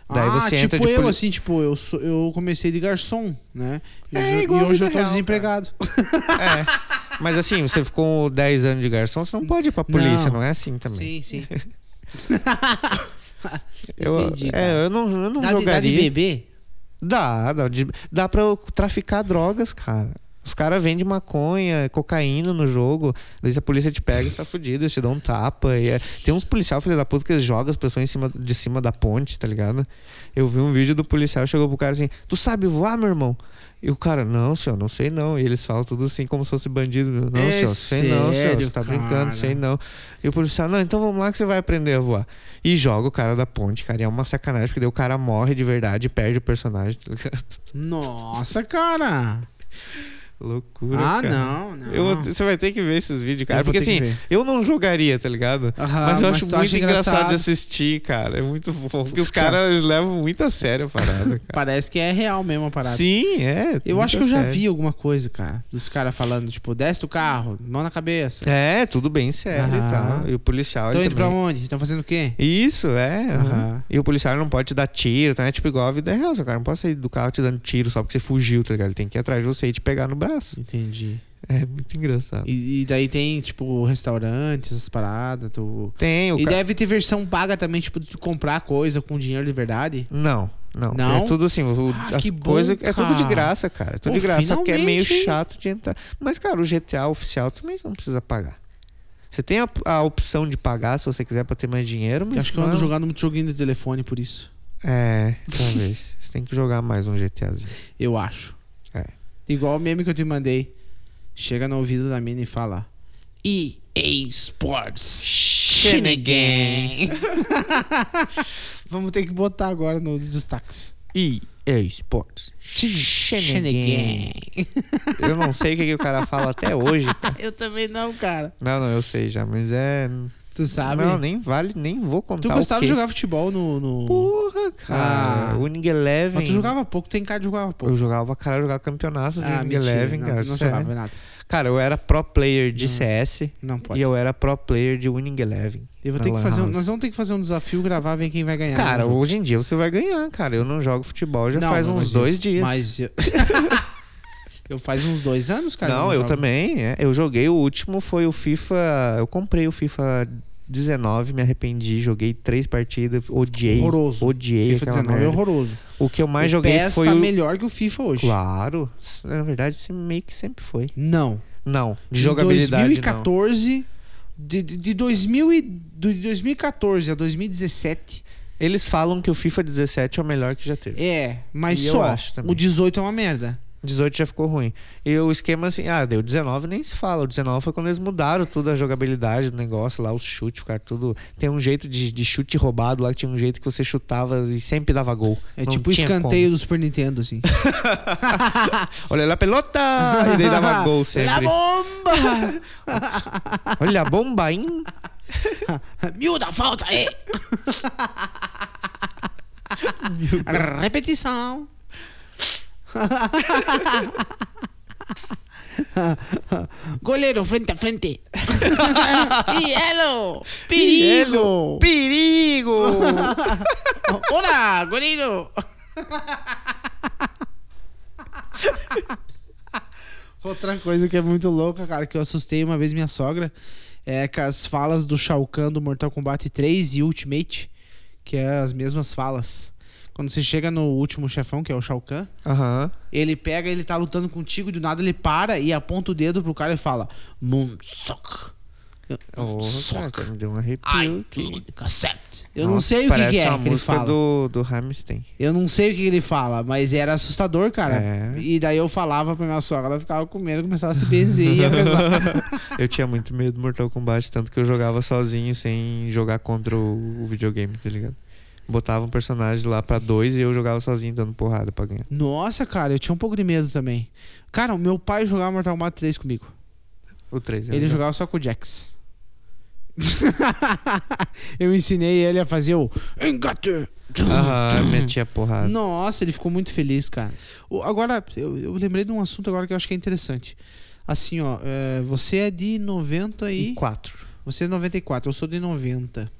Daí
ah,
você
tipo
entra de
eu,
poli-
assim, tipo, eu, sou- eu comecei de garçom, né? E
É
hoje, eu-
igual
e
a
hoje
vida
eu tô
real,
desempregado.
É. Mas assim, você ficou 10 anos de garçom, você não pode ir pra polícia,
Não.
não, é assim também.
Sim, sim.
eu,
entendi, cara.
é, eu não, eu não
Dá de, dá de
jogaria.
bebê?
Dá, dá, de- dá pra eu traficar drogas, cara. Os caras vendem maconha, cocaína no jogo, daí se a polícia te pega, você tá fudido, eles te dão um tapa. E é- Tem uns policial, filho da puta, que eles jogam as pessoas em cima, de cima da ponte, tá ligado? Eu vi um vídeo do policial, chegou pro cara assim, tu sabe voar, meu irmão? E o cara, não, senhor, não sei não. E eles falam tudo assim, como se fosse bandido. Não,
É
senhor, sei não, senhor,
sério,
você tá
cara?
brincando, sei não. E o policial, não, então vamos lá que você vai aprender a voar. E joga o cara da ponte, cara. E é uma sacanagem, porque daí o cara morre de verdade e perde o personagem, tá ligado?
Nossa, cara.
Loucura,
ah,
cara.
não, não.
Eu vou- você vai ter que ver esses vídeos, cara.
Eu vou
Porque
ter que
assim,
ver.
eu não jogaria, tá ligado?
Aham,
mas eu
mas
acho
tu
muito
acha
engraçado.
engraçado.
de assistir, cara. É muito bom. Porque
Os
os caras levam muito a sério a parada, cara.
Parece que é real mesmo a parada.
Sim, é.
Eu
muito
acho
a
que eu já
sério.
vi alguma coisa, cara. Dos caras falando, tipo, desce do carro, mão na cabeça.
É, tudo bem sério
Aham.
e tal. E o policial.
Estão
ele
indo Ah. Então pra
também-
onde? Estão fazendo o quê?
Isso, é.
Aham.
aham. E o policial não pode te dar tiro, tá? É tipo igual a vida real. O cara não pode sair do carro te dando tiro só porque você fugiu, tá ligado? Ele tem que ir atrás de você e te pegar no braço.
Entendi.
É muito engraçado.
E, e daí tem, tipo, restaurantes, essas paradas. Tu...
Tem o
E
ca-
deve ter versão paga também, tipo, de tu comprar coisa com dinheiro de verdade.
Não, não.
Não?
É tudo assim, o-
Ah,
as
que bom,
coisas. É tudo de
cara.
graça, cara. É tudo
Pô,
de graça. Só que é meio
finalmente, hein?
chato de entrar. Mas, cara, o GTA oficial também você não precisa pagar. Você tem a, a opção de pagar se você quiser pra ter mais dinheiro, mas.
acho que eu
não-
ando jogando muito joguinho de telefone por isso.
É, talvez. você tem que jogar mais um GTAzinho.
Eu acho.
É.
Igual o meme que eu te mandei. Chega no ouvido da mina e fala: EA Sports. Shenanigan. Vamos ter que botar agora nos destaques.
E é esportes. Shenanigan.
Shenanigan.
Eu não sei o que, que o cara fala até hoje. cara.
Eu também Ah, não, cara.
Não, não, eu sei já, mas é.
Tu sabe?
Não, nem vale, nem vou
tu
contar
gostava
o quê.
de jogar futebol no. no-
Porra, cara.
Ah.
Winning Eleven.
Mas tu jogava pouco, tem cara de jogar pouco.
Eu jogava pra caralho, eu jogava campeonato de
Tipo, Ah,
Winning
mentira.
Eleven,
não,
cara.
tu não
sério.
jogava nada.
Cara, eu era pro player de
Nossa.
CS
Não pode.
e eu era pro player de Winning Eleven.
Eu vou
na
ter que
Lan
fazer um-
House.
nós vamos ter que fazer um desafio, gravar, ver quem vai ganhar.
Cara,
Vamos ver.
hoje em dia você vai ganhar, cara. Eu não jogo futebol já
É, Não,
faz
mas
uns
eu-
dois dias.
Mas eu... eu faz uns dois anos, cara.
não, eu
jogo.
também. é. Eu joguei o último, foi o FIFA. Eu comprei o FIFA 19, me arrependi, joguei três partidas, odiei.
Horroroso.
Odiei.
FIFA
aquela
19 é
merda.
horroroso.
O que eu mais
o
joguei
PES
foi
tá
o.
melhor que o FIFA hoje.
Claro. Na verdade, isso meio que sempre foi.
Não.
Não, de jogabilidade.
De 2014... De, de, de 2000 e, do- de 2014 a 2017
Não. Eles falam que o FIFA 17 é o melhor que já teve.
é, mas
E eu
só.
acho também.
o 18 é uma merda.
18 já ficou ruim. E o esquema assim, ah, deu 19 nem se fala. O 19 foi quando eles mudaram tudo a jogabilidade do negócio lá, os chutes, ficaram tudo. Tem um jeito de, de chute roubado lá, que tinha um jeito que você chutava e sempre dava gol.
É
Não
tipo o
tinha
escanteio do Super Nintendo, assim.
como. Olha lá a pelota! E daí dava gol
La
sempre.
bomba!
Olha a bomba, hein?
Miúda, falta eh. aí! Repetição. Goleiro, frente a frente. Hielo! Perigo!
Perigo!
Ora, goleiro! Outra coisa que é muito louca, cara, que eu assustei uma vez minha sogra, é com as falas do Shao Kahn do Mortal Kombat 3 e Ultimate, que é as mesmas falas. Quando você chega no último chefão, que é o Shao Kahn,
Aham.
ele pega, ele tá lutando contigo, e do nada ele para e aponta o dedo pro cara e fala: Moonsok.
Oh, cara,
Soca.
me deu um arrepio.
I
aqui.
accept. Eu não
Nossa,
sei o que, que
parece
é
uma
que ele
música
fala.
do, do Hammerstein.
Eu não sei o que ele fala, mas era assustador, cara.
É.
E daí eu falava pra minha sogra, ela ficava com medo, começava a se benzer e ia rezar.
Eu tinha muito medo do Mortal Kombat, tanto que eu jogava sozinho, sem jogar contra o, o videogame, tá ligado? Botava um personagem lá pra dois e eu jogava sozinho, dando porrada pra ganhar.
Nossa, cara, eu tinha um pouco de medo também. Cara, o meu pai jogava Mortal Kombat 3 comigo.
O é 3.
ele jogava só com o Jax. eu ensinei ele a fazer o Engate.
Aham, metia porrada.
Nossa, ele ficou muito feliz, cara. O- Agora, eu, eu lembrei de um assunto agora que eu acho que é interessante. Assim, ó, é, você é de 90
E 4.
Você é 94, eu sou de 90.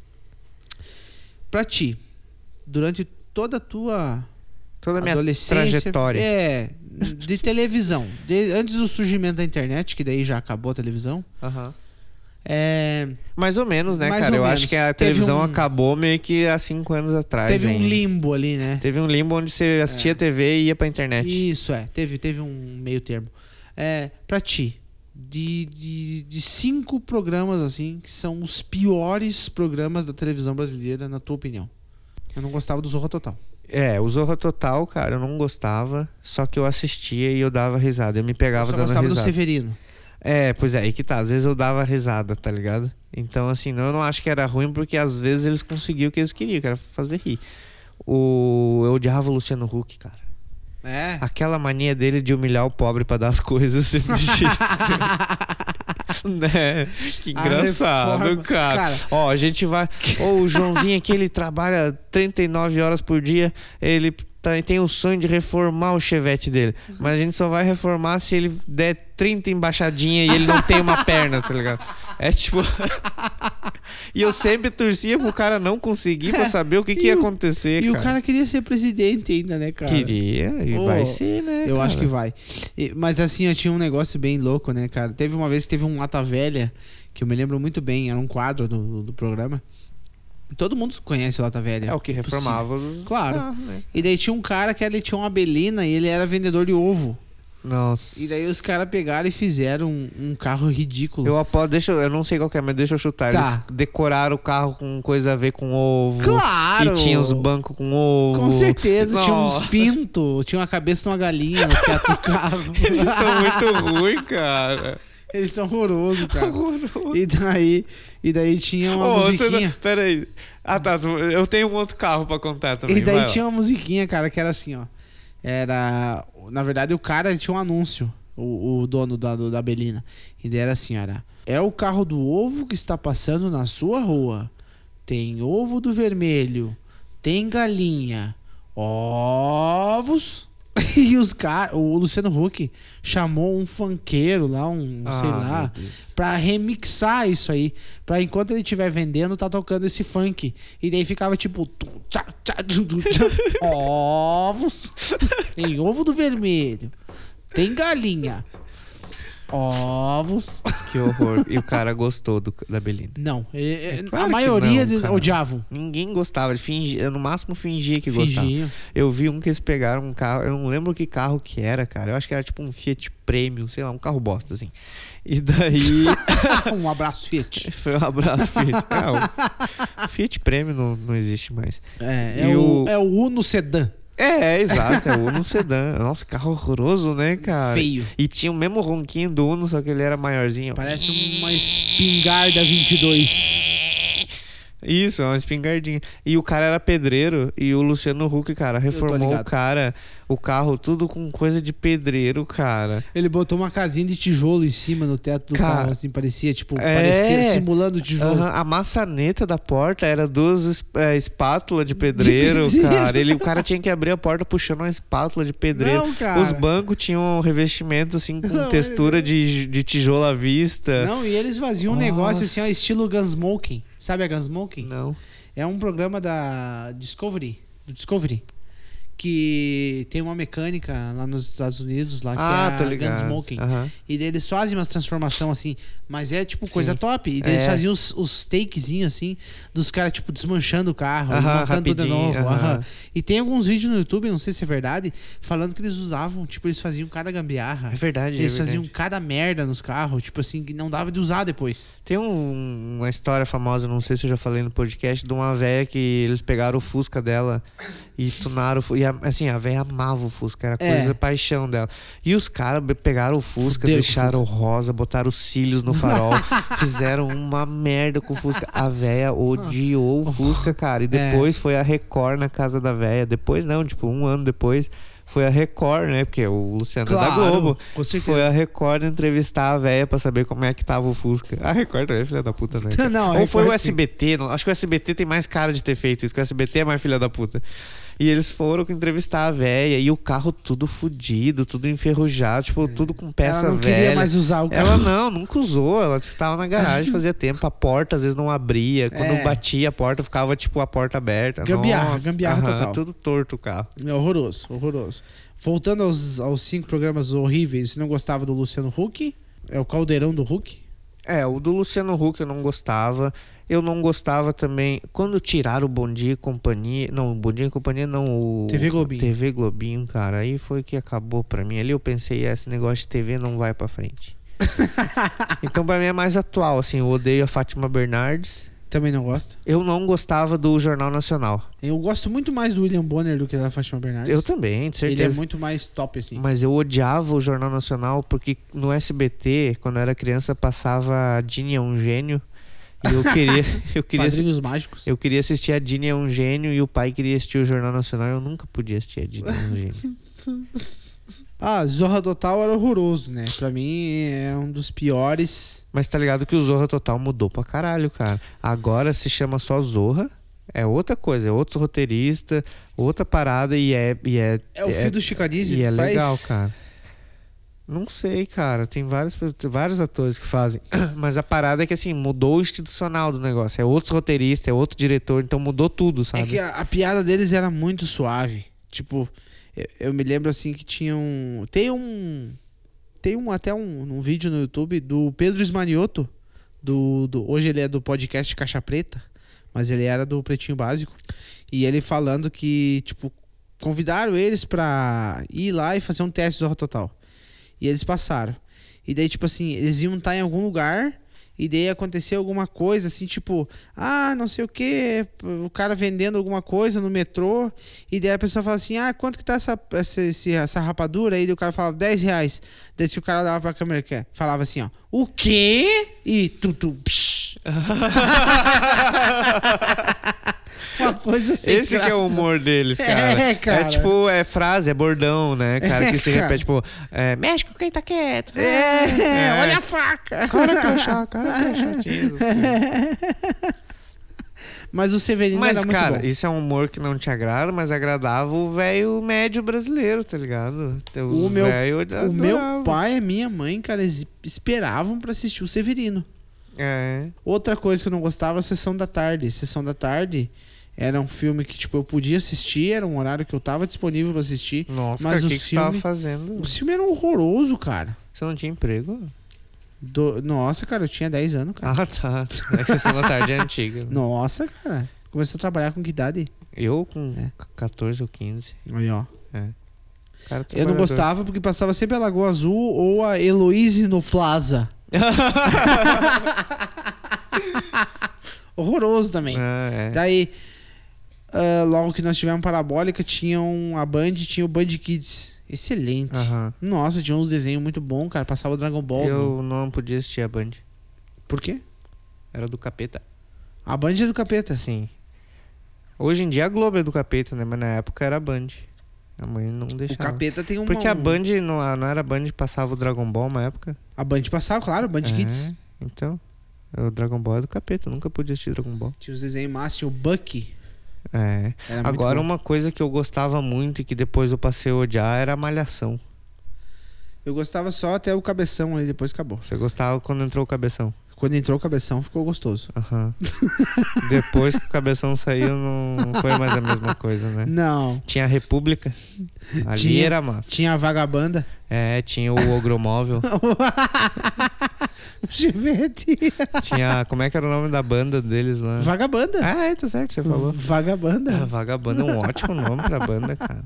Pra ti, durante toda a tua
Toda a minha
adolescência.
trajetória.
É, de televisão. de- antes do surgimento da internet, que daí já acabou a televisão.
Aham.
é,
Mais ou menos, né,
Mais
cara?
ou
Eu
menos.
acho que a
Teve
televisão
um-
acabou meio que há cinco anos atrás.
teve um
ainda.
limbo É. ali, né?
Teve um limbo onde você assistia TV e ia pra internet.
Isso, é. Teve, teve um meio termo. É, pra ti, de, de, de cinco programas, assim, que são os piores programas da televisão brasileira, na tua opinião. Eu não gostava do Zorro Total.
É, o Zorro Total, cara, eu não gostava, só que eu assistia e eu dava risada. Eu me pegava
eu só
dando
gostava do
risada.
Severino.
É, pois é, aí que tá. Às vezes eu dava risada, tá ligado? Então, assim, não, eu não acho que era ruim, porque às vezes eles conseguiam o que eles queriam, que era fazer rir. O... Eu odiava o Luciano Huck, cara.
É.
Aquela mania dele de humilhar o pobre pra dar as coisas eu achei estranho. né? Que
A
engraçado,
reforma.
cara.
Cara.
Ó, a gente vai. Ô, o Joãozinho aqui, ele trabalha 39 horas por dia. Ele tá- tem o sonho de reformar o chevette dele.
Uhum.
Mas a gente só vai reformar se ele der 30 embaixadinhas e ele não tem uma perna, tá ligado? É tipo. e eu sempre torcia pro cara não conseguir pra saber o que, que ia
E o-
acontecer.
E o cara queria ser presidente ainda, né, cara?
Queria, e vai
Ô,
ser, né?
Eu acho
cara?
que vai. E- mas assim, eu tinha um negócio bem louco, né, cara? Teve uma vez que teve um Lata Velha, que eu me lembro muito bem, era um quadro do, do programa. Todo mundo conhece o Lata Velha.
É o que
Impossível.
reformava os...
Claro.
Ah, né?
E daí tinha um cara que ele tinha uma belina e ele era vendedor de ovo.
Nossa.
E daí os caras pegaram e fizeram um, um carro ridículo.
Eu aposto, deixa eu, eu não sei qual que é, mas deixa eu chutar.
Tá.
Eles decoraram o carro com coisa a ver com ovo.
Claro!
E tinha os bancos com ovo.
Com certeza, tinha
Nossa.
uns pinto, tinha uma cabeça de uma galinha no teto do carro.
Eles são muito ruins, cara.
Eles são horrorosos, cara. Tá. E daí, e daí tinha uma
Tá. Ô, você não-
musiquinha.
Pera aí. Ah, tá. tu- Eu tenho um outro carro pra contar também.
E daí
vai lá.
tinha uma musiquinha, cara, que era assim, ó. Era. Na verdade, o cara tinha um anúncio, o, o dono da, do- da Belina. E daí era assim, ó, era. É o carro do ovo que está passando na sua rua. Tem ovo do vermelho. Tem galinha. Ovos. E os caras. O Luciano Huck chamou um funkeiro lá, um sei
Ah,
lá,
meu Deus.
pra remixar isso aí. Pra enquanto ele estiver vendendo, tá tocando esse funk. E daí ficava tipo. tum, tchá, tchá, tum, tum, tchá. Ovos. Tem ovo do vermelho. Tem galinha. Ovos.
Que horror. E o cara gostou do- da Belinda.
Não. é- é-
claro
a
que
maioria
não,
de-
cara.
odiavam.
Ninguém gostava, ele fingia, no máximo fingia que gostava.
Fingiam.
Eu vi um que eles pegaram um carro, eu não lembro que carro que era, cara. Eu acho que era tipo um Fiat Premium, sei lá, um carro bosta, assim. E daí.
um abraço, Fiat.
foi um abraço, Fiat. É, o Fiat Premium não, não existe mais.
É,
E
é o,
o-
é o Uno Sedan.
É, é, exato, é o Uno Sedã. Nossa, carro horroroso, né, cara?
Feio.
E tinha o mesmo ronquinho do Uno, só que ele era maiorzinho.
Parece uma espingarda 22.
Isso, é uma espingardinha. E o cara era pedreiro e o Luciano Huck, cara, reformou o
ligado.
cara, o carro, tudo com coisa de pedreiro, cara.
Ele botou uma casinha de tijolo em cima no teto do
Cara,
carro, assim, parecia, tipo,
é.
parecia simulando tijolo.
Aham, a maçaneta da porta era duas es- é, espátulas de pedreiro,
pedreiro.
cara. Ele, o cara tinha que abrir a porta puxando uma espátula de pedreiro.
Não, cara.
Os bancos tinham um revestimento assim com
Não, ele-
textura de, de tijolo à vista.
Não, e eles faziam um
Nossa.
negócio assim, ó, estilo Gunsmoking. Sabe a Gunsmoking?
Não.
É um programa da Discovery, do Discovery, que tem uma mecânica lá nos Estados Unidos, lá que
Ah,
é
tô
a
ligado.
Gunsmoking.
Aham.
E daí eles fazem umas transformações assim, mas é tipo coisa
Sim.
top. E daí eles
É.
faziam os, os takezinhos assim, dos caras tipo desmanchando o carro, e
Aham,
montando de
rapidinho,
novo.
aham.
aham. E tem alguns vídeos no YouTube, não sei se é verdade, falando que eles usavam, tipo, eles faziam cada gambiarra.
É verdade.
Eles
é verdade.
faziam cada merda nos carros, tipo assim, que não dava de usar depois.
Tem um- uma história famosa, não sei se eu já falei no podcast, de uma véia que eles pegaram o Fusca dela e tunaram o Fusca. E a- assim, a véia amava o Fusca, era coisa
É.
da paixão dela. E os caras be- pegaram o Fusca,
Fuderam com o
deixaram rosa, botaram os cílios no farol, fizeram uma merda com o Fusca. A véia odiou o Fusca, cara.
É.
E depois foi a Record na casa da véia. Depois não, tipo, um ano depois. Foi a Record, né? Porque o Luciano é da
Claro,
Globo.
com certeza.
Foi a Record entrevistar a véia pra saber como é que tava o Fusca. A Record também é filha da puta, né?
Não, a
Ou
Record
foi o
sim.
SBT, não- acho que o SBT tem mais cara de ter feito isso, que o SBT é mais filha da puta. E eles foram entrevistar a véia e o carro tudo fudido, tudo enferrujado, tipo, tudo com peça
É. Ela não
velha. É
queria mais usar o carro.
Ela não, nunca usou. Ela disse que tava na garagem fazia tempo. A porta às vezes não abria. Quando
É.
batia a porta, ficava tipo a porta aberta.
Gambiarra,
Nossa,
gambiarra
aham,
total.
Tudo torto o carro.
É horroroso, horroroso. Voltando aos, aos cinco programas horríveis, você não gostava do Luciano Huck? É o caldeirão do Huck?
É, o do Luciano Huck eu não gostava. Eu não gostava também. Quando tiraram o Bom Dia e Companhia. Não, o Bom Dia e Companhia não. O
TV Globinho.
TV Globinho, cara. Aí foi que acabou pra mim. Ali eu pensei, "É, esse negócio de TV não vai pra frente. então pra mim é mais atual, assim. Eu odeio a Fátima Bernardes.
Também não gosto.
Eu não gostava do Jornal Nacional.
Eu gosto muito mais do William Bonner do que da Fátima Bernardes.
Eu também, de certeza.
Ele é muito mais top, assim.
Mas eu odiava o Jornal Nacional porque no SBT, quando eu era criança, passava a Dini é um gênio. E eu queria, eu queria
Padrinhos Mágicos.
Eu queria assistir a Dini é um gênio e o pai queria assistir o Jornal Nacional. Eu nunca podia assistir a Dini é um gênio.
Ah, Zorra Total era horroroso, né? Pra mim é um dos piores.
Mas tá ligado que o Zorra Total mudou pra caralho, cara. Agora se chama só Zorra. É outra coisa, é outro roteirista, outra parada e é. E é,
É o filho do Chicanese
E é
que faz?
legal, cara. Não sei, cara. Tem vários, vários atores que fazem. Mas a parada é que assim, mudou o institucional do negócio. É outro roteirista, é outro diretor, então mudou tudo, sabe?
É que a, a piada deles era muito suave. Tipo, eu, eu me lembro assim que tinha um. Tem um. Tem um até um, um vídeo no YouTube do Pedro Esmanioto. Do, do, hoje ele é do podcast Caixa Preta, mas ele era do Pretinho Básico. E ele falando que, tipo, convidaram eles pra ir lá e fazer um teste do Zorra Total. E eles passaram. E daí, tipo assim, eles iam estar em algum lugar. E daí aconteceu alguma coisa, assim, tipo, ah, não sei o que, o cara vendendo alguma coisa no metrô. E daí a pessoa fala assim: ah, quanto que tá essa, essa, esse- essa rapadura? aí o cara falava 10 reais. Daí se o cara dava pra câmera, que- falava assim: ó, o quê? E tu, tu, psh. uma coisa sem
Esse que é o
graça.
humor deles, cara.
É, cara.
tipo, é frase, é bordão, né, cara?
É,
que se
cara.
repete, tipo, é, México, quem tá quieto?
É,
É.
olha a faca.
Cara que achar, cara que achar. Jesus, cara.
Mas o Severino
Mas,
era muito
cara,
bom.
isso é um humor que não te agrada, mas agradava o velho médio brasileiro, tá ligado?
O meu-
véio
O meu
adorava.
pai e minha mãe, cara, eles esperavam pra assistir o Severino.
É.
Outra coisa que eu não gostava, Sessão da Tarde. Sessão da Tarde era um filme que, tipo, eu podia assistir, era um horário que eu tava disponível pra assistir.
Nossa,
mas
cara, o
o
que, que você
filme-
tava fazendo?
O filme era horroroso, cara.
Você não tinha emprego?
Do- Nossa, cara, eu tinha 10 anos, cara.
Ah, tá. É que sessão da tarde é antiga.
Nossa, cara. Começou a trabalhar com que idade?
Eu com
É.
14 ou 15.
Aí, ó.
Cara,
Eu não
trabalhador.
gostava porque passava sempre a Lagoa Azul ou a Heloise no Plaza. Horroroso também.
Ah, é.
Daí, ah, logo que nós tivemos Parabólica, tinha um, a Band, tinha o Band Kids. Excelente.
Aham.
Nossa, tinha uns desenhos muito bons, cara. Passava Dragon Ball. meu.
Eu não podia assistir a Band.
Por quê?
Era do capeta.
A Band é do capeta.
Sim. Hoje em dia a Globo é do capeta, né? Mas na época era a Band. A mãe não
O
deixava.
capeta é tem uma... um.
Porque a Band não, não era a Band que passava o Dragon Ball na época?
A Band passava, claro, Band Kids.
É, então. O Dragon Ball é do capeta, eu nunca pude assistir Dragon Ball.
Tinha os desenhos massa, tinha o Bucky.
É.
Era muito
Agora,
bom.
uma coisa que eu gostava muito e que depois eu passei a odiar era a Malhação.
Eu gostava só até o cabeção ali, depois acabou.
Você gostava quando entrou o Cabeção?
Quando entrou o cabeção, ficou gostoso.
Aham. depois que o Cabeção saiu, não foi mais a mesma coisa, né?
Não.
Tinha a República. Ali
Tinha-
era massa.
Tinha a vagabanda.
É, tinha o Ogromóvel.
Givete.
tinha. Como é que era o nome da banda deles lá?
Vagabanda.
Ah, é, tá certo, você falou. Ah,
Vagabanda.
Vagabanda é um ótimo nome pra banda, cara.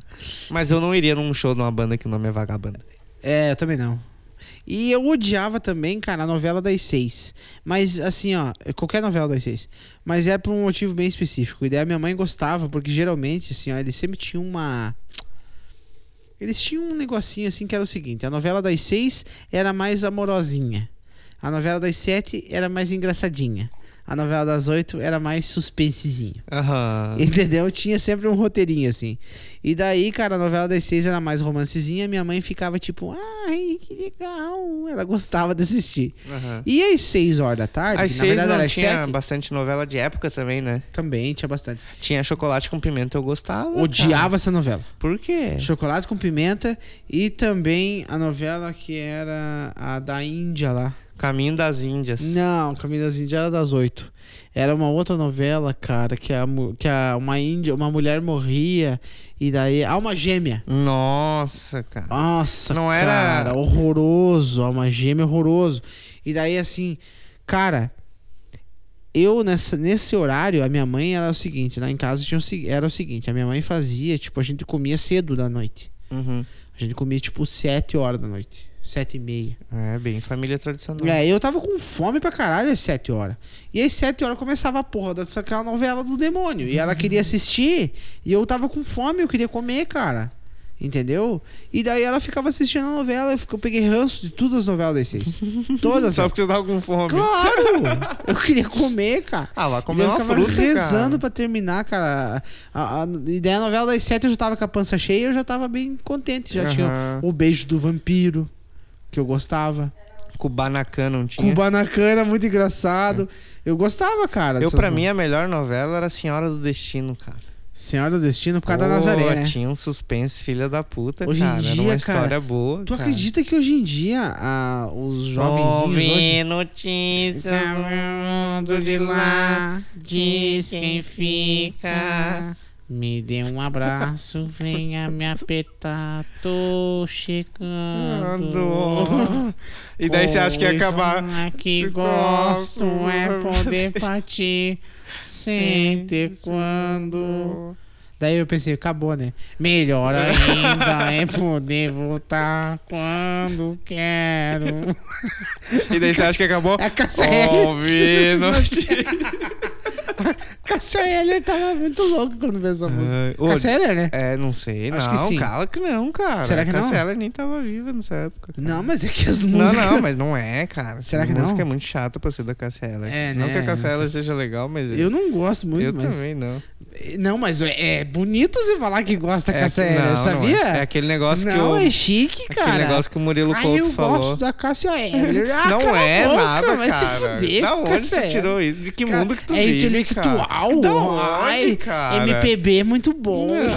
Mas eu não iria num show de uma banda que o nome é Vagabanda.
É, eu também não. E eu odiava também, cara, a novela das seis. Mas, assim, ó, qualquer novela das seis. Mas é por um motivo bem específico. E daí a minha mãe gostava, porque geralmente, assim, ó, eles sempre tinham uma. Eles tinham um negocinho, assim, que era o seguinte: a novela das seis era mais amorosinha. A novela das sete era mais engraçadinha. A novela das oito era mais suspensezinho.
Aham.
Entendeu? Tinha sempre um roteirinho, assim. E daí, cara, a novela das seis era mais romancezinha. Minha mãe ficava tipo, ai, que legal. Ela gostava de assistir.
Aham.
E às seis horas da tarde,
Às
que
seis
na verdade
não
era às
tinha
sete,
bastante novela de época também, né?
também tinha bastante.
Tinha Chocolate com Pimenta, eu gostava.
Odiava essa novela.
cara. Por quê?
Chocolate com pimenta e também a novela que era a da Índia lá.
Caminho das Índias.
Não, Caminho das Índias era das oito. Era uma outra novela, cara, que, a, mu- que a, uma índia, uma mulher morria e daí... Alma gêmea.
Nossa, cara.
Nossa,
Não era-
cara, horroroso, alma gêmea horroroso. E daí assim, cara, eu nessa, nesse horário, a minha mãe era o seguinte, lá em casa tinha o segui- era o seguinte, a minha mãe fazia, tipo, a gente comia cedo da noite.
Uhum.
A gente comia tipo 7 horas da noite, sete e meia.
É, bem família tradicional.
É, eu tava com fome pra caralho às 7 horas. E às 7 horas começava a porra daquela é novela do demônio. E
Uhum.
ela queria assistir, e eu tava com fome, eu queria comer, cara. Entendeu? E daí ela ficava assistindo a novela, eu, fico- eu peguei ranço de todas as novelas das seis. Todas.
Só porque você tava com fome.
Claro! Eu queria comer, cara.
Ah, vai
E
comer
daí eu
uma
ficava
fruta,
rezando
cara.
pra terminar, cara. A, a, e daí a novela das sete eu já tava com a pança cheia, eu já tava bem contente. Já tinha
Aham.
o beijo do vampiro, que eu gostava.
Kubanacan não tinha. É.
Kubanacan era muito engraçado. Eu gostava, cara.
Eu,
dessas
pra
no-
mim, é a melhor novela era Senhora do Destino, cara.
Senhora do Destino por causa
Pô,
da Nazaré, né?
Tinha um suspense, filha da puta,
Hoje em
cara.
dia,
era uma
cara,
história boa.
Tu
cara.
acredita que hoje em dia a- os jovenzinhos
Ouvi
hoje... é
notícias do mundo de lá.
Tá lá, diz quem fica. Me dê um abraço, venha me apertar, tô chegando.
E daí você acha que ia acabar.
Coisa que gosto é poder partir sem ter quando. Daí eu pensei, acabou, né? Melhor ainda é poder voltar quando quero.
E daí você acha que acabou.
É a Cássia Eller.
Ouvi notícias.
Cássia Heller tava muito louco quando fez essa música.
ô,
Cássia Heller, né?
É, não sei.
Acho que
não,
sim.
cala que não, cara.
Será que não?
Ela nem tava viva nessa época. cara.
Não, mas é que as
Não,
músicas.
não, mas não é, cara.
Será
Essa
que não?
música é muito chata pra ser da Cassiela.
É,
não
né?
que a Cassiela seja legal, mas
Eu não gosto muito,
eu
mas.
também não.
Não, mas é é bonito você falar que gosta
É
com a série,
não, não
sabia?
é. É aquele negócio que
Não,
eu-
é chique, cara.
Aquele negócio que o Murilo
Aí
Couto
eu
falou.
gosto da Cássia Eller. Ah,
não
cala a
é
boca,
nada,
vai
cara.
se fuder.
da onde
Cássia
você
Eller.
tirou isso? De que
Cara,
mundo que tu
É
vive,
intelectual.
Cara? Da onde,
ai,
cara?
MPB é muito bom.
Não,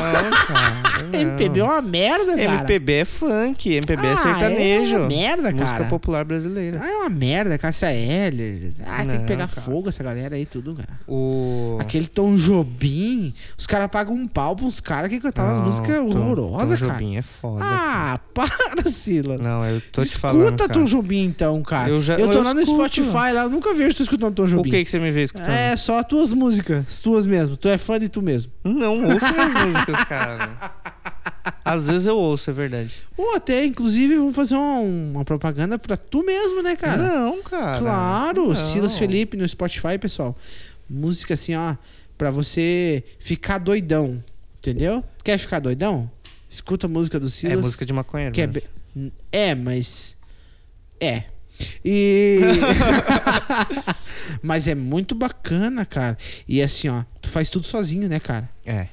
cara. não.
MPB é uma merda, cara.
MPB é funk, MPB é
Ah,
sertanejo.
é uma merda,
Música
cara.
popular brasileira.
Ah, é uma merda, Cássia Eller. Ah, tem
Não,
que pegar
cara.
fogo essa galera aí, tudo, cara.
O...
Aquele Tom Jobim, os caras pagam um pau pra uns caras que cantavam
Não,
as músicas
Tom-
horrorosas,
Tom
cara.
Jobim é foda.
Ah, para, Silas.
Não, eu tô te
Escuta
falando, cara.
Tom Jobim, então, cara.
Eu
Eu,
já-
tô
eu
lá no
escuto.
Spotify lá, eu nunca vejo tu escutando Tom
O
Jobim.
que, tá que você me vê escutando?
É, só as tuas músicas, as tuas mesmo. Tu é fã de tu mesmo.
Não ouço minhas músicas, cara. Às vezes eu ouço, é verdade.
Ou até, inclusive, vamos fazer uma, uma propaganda pra tu mesmo, né, cara?
não, cara.
Claro,
Não.
Silas Felipe no Spotify, pessoal. Música assim, ó, pra você ficar doidão, entendeu? Quer ficar doidão? Escuta a música do
É
Silas.
música de maconheiro. né?
que é,
mesmo.
be- é, mas é. E mas é muito bacana, cara. E assim, ó, tu faz tudo sozinho, né, cara?
É.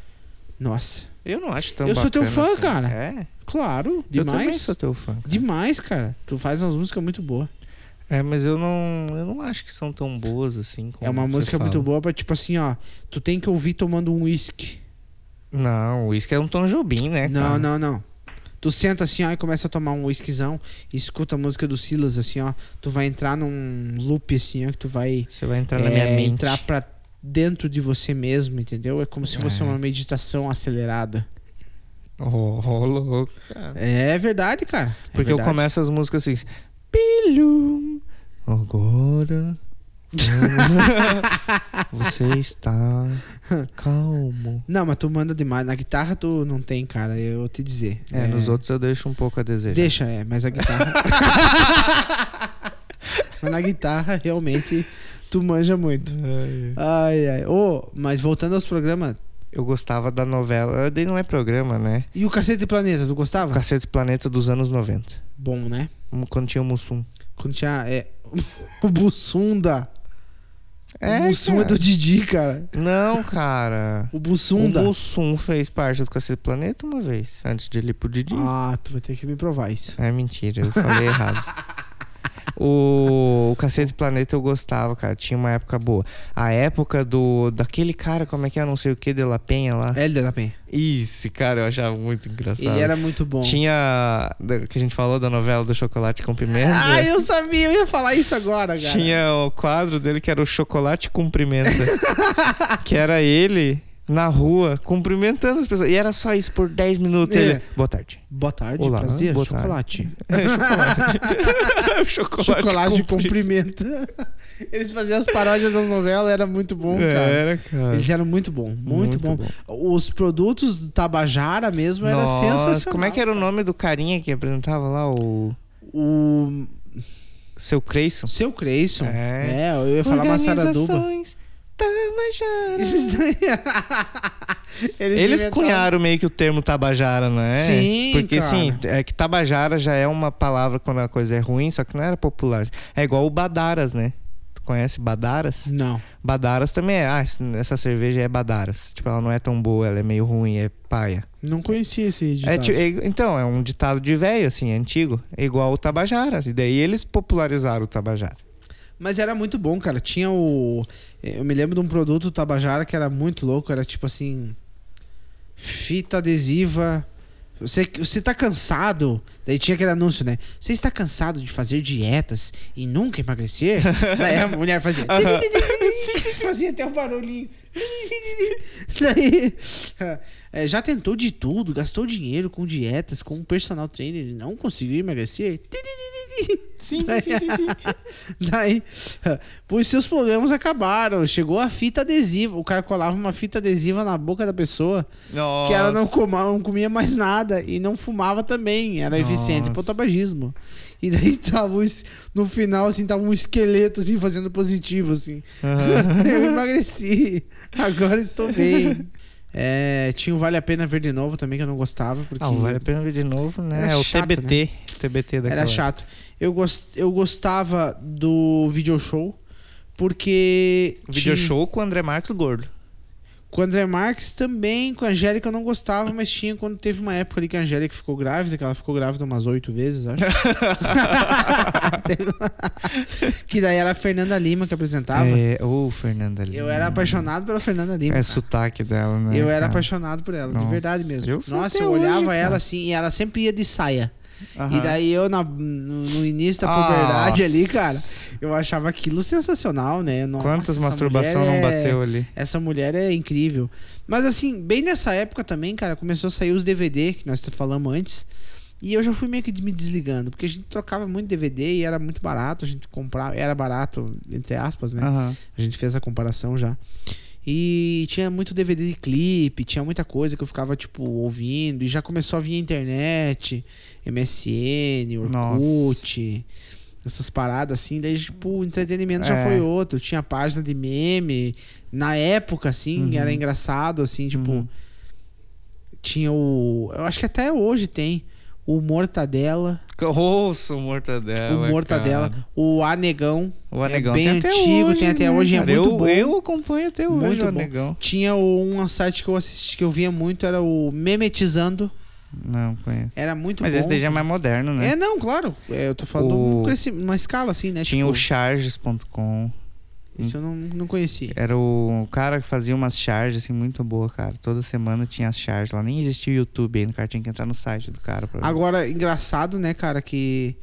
Nossa.
Eu não acho tão
Eu sou teu
bacana
fã,
assim.
cara.
É?
Claro,
Eu também
demais.
sou teu fã. cara.
Demais, cara. Tu faz umas músicas muito boas.
É, mas eu não, eu não acho que são tão boas assim. Como
É uma
você
música
fala.
muito boa pra, tipo assim, ó. Tu tem que ouvir tomando um uísque.
Não, o uísque é um Tom Jobim, né?
não,
cara?
não, não. Tu senta assim, ó, e começa a tomar um uísquezão e escuta a música do Silas, assim, ó. Tu vai entrar num loop, assim, ó, que tu vai
Você vai entrar na
é,
minha mente.
entrar pra dentro de você mesmo, entendeu? É como se fosse uma meditação acelerada.
Oh, oh, louco, cara.
É verdade, cara. É
Porque eu
verdade.
começo as músicas assim. Pilho, agora. vamos- Você está calmo.
Não, mas tu manda demais. Na guitarra tu não tem, cara. Eu vou te dizer.
É, nos outros eu deixo um pouco a desejar.
Deixa, é, mas a guitarra. mas na guitarra, realmente, tu manja muito.
É,
Ai, ai. Ô, mas voltando aos programas.
Eu gostava da novela. Daí não é programa, né?
E o Cacete Planeta, tu gostava?
Cacete Planeta dos anos 90.
Bom, né?
Quando tinha o Mussum.
Quando tinha. É, o Bussunda. o Bussunda é
cara.
do Didi, cara.
Não, cara.
O
O
Bussunda.
Mussum fez parte do Cacete Planeta uma vez, antes de ele ir pro Didi.
Ah, tu vai ter que me provar isso.
É mentira, eu falei errado. O, o Cacete Planeta eu gostava, cara. Tinha uma época boa. A época do daquele cara, como é que é? Não sei o que, de La Penha lá.
Hélio da Penha.
Isso, cara, eu achava muito engraçado.
Ele era muito bom.
Tinha. da- Que a gente falou da novela do Chocolate com Pimenta.
Ah, eu sabia, eu ia falar isso agora, cara.
Tinha o quadro dele que era o Chocolate Cumprimenta. que era ele na rua cumprimentando as pessoas. E era só isso por 10 minutos.
É.
Ele, boa tarde.
Boa tarde,
Olá,
prazer,
boa
chocolate.
chocolate. É chocolate.
Chocolate
cumpri-
cumprimenta. Eles faziam as paródias das novelas, era muito bom, cara.
É, Era, cara.
Eles eram muito bom,
Muito
muito, bom. Os produtos do Tabajara mesmo era
Nossa,
sensacional.
Como é que era o nome do carinha que apresentava lá? O
O
seu Creyson?
seu Creyson.
É.
É. eu ia falar Massaranduba.
Organizações Tabajara.
Eles,
Eles
inventaram-
cunharam meio que o termo Tabajara, não é?
Sim,
Porque
cara.
assim, é que Tabajara já é uma palavra quando a coisa é ruim, só que não era popular. É igual o Badaras, né? Tu conhece Badaras?
Não.
Badaras também é. Ah, esse- essa cerveja é Badaras. Tipo, ela não é tão boa, ela é meio ruim, é paia.
Não conhecia esse ditado.
É, ti- é- então, é um ditado de velho, assim, é antigo. É igual o Tabajara. E daí eles popularizaram o Tabajara.
Mas era muito bom, cara. Tinha o. Eu me lembro de um produto do Tabajara que era muito louco. Era tipo assim. Fita adesiva. Você, você tá cansado? Daí tinha aquele anúncio, né? Você está cansado de fazer dietas e nunca emagrecer? Daí a mulher fazia. fazia até o barulhinho. Daí. é, já tentou de tudo, gastou dinheiro com dietas, com um personal trainer e não conseguiu emagrecer?
Sim, sim, sim, sim.
Daí, pois seus problemas acabaram. Chegou a fita adesiva. O cara colava uma fita adesiva na boca da pessoa
Nossa.
que ela não, coma- não comia mais nada e não fumava também. Era eficiente pro tabagismo. E daí tava um es- no final, assim, tava um esqueleto assim, fazendo positivo, assim. Eu emagreci. Agora estou bem. É, tinha o Vale a Pena Ver de Novo também, que eu não gostava. Porque
Ah, vale a pena ver de novo, né?
Era
é o
chato, né?
TBT. TBT daquela.
Era chato. Eu, gos- eu gostava do video show porque.
Video
tinha-
Um show com o André Marques gordo.
Com o André Marques também, com a Angélica eu não gostava, mas tinha quando teve uma época ali que a Angélica ficou grávida, que ela ficou grávida umas oito vezes, acho. Teve uma- que daí era a Fernanda Lima que apresentava.
É, ô, Fernanda Lima.
Eu era apaixonado pela Fernanda Lima.
É
cara.
sotaque dela, né?
eu era
cara?
apaixonado por ela, de
Nossa.
verdade mesmo.
Eu sou
Nossa,
até
eu olhava
hoje,
ela
cara.
assim e ela sempre ia de saia. E
Aham. Ah,
daí eu, na- no, no início da
Nossa.
puberdade ali, cara, eu achava aquilo sensacional, né? Nossa,
Quantas
essa
masturbação
mulher
não
é-
bateu ali?
Essa mulher é incrível. Mas assim, bem nessa época também, cara, começou a sair os DVD que nós falamos antes. E eu já fui meio que me desligando, porque a gente trocava muito DVD e era muito barato, a gente comprava, era barato, entre aspas, né?
Aham.
A gente fez a comparação já. E tinha muito DVD de clipe, tinha muita coisa que eu ficava, tipo, ouvindo. E já começou a vir a internet, MSN, Orkut, essas paradas assim. Daí, tipo, o entretenimento já
É.
foi outro. Tinha página de meme. Na época, assim, era engraçado, assim, tipo. Tinha o. Eu acho que até hoje tem. O Mortadela,
Ouça É, o Mortadela.
o Mortadela,
cara.
o Anegão.
O
É
Anegão
bem
tem até
antigo,
hoje,
tem até
né,
hoje, é
cara?
muito
eu,
bom.
Eu acompanho até hoje
Muito
o
bom.
Anegão.
Tinha um site que eu assisti que eu via muito, era o Memetizando.
Não conheço.
Era muito
Mas
bom.
esse daí já é mais moderno, né?
É, não, claro. É, eu tô falando
O-
um cresci- uma escala assim, né?
Tinha
tipo,
o charges.com.
Isso eu não, não conhecia.
Era o cara que fazia umas charges assim muito boa, cara. Toda semana tinha as charges lá. Nem existia o YouTube ainda, cara. Tinha que entrar no site do cara pra ver.
Agora, engraçado, né, cara, que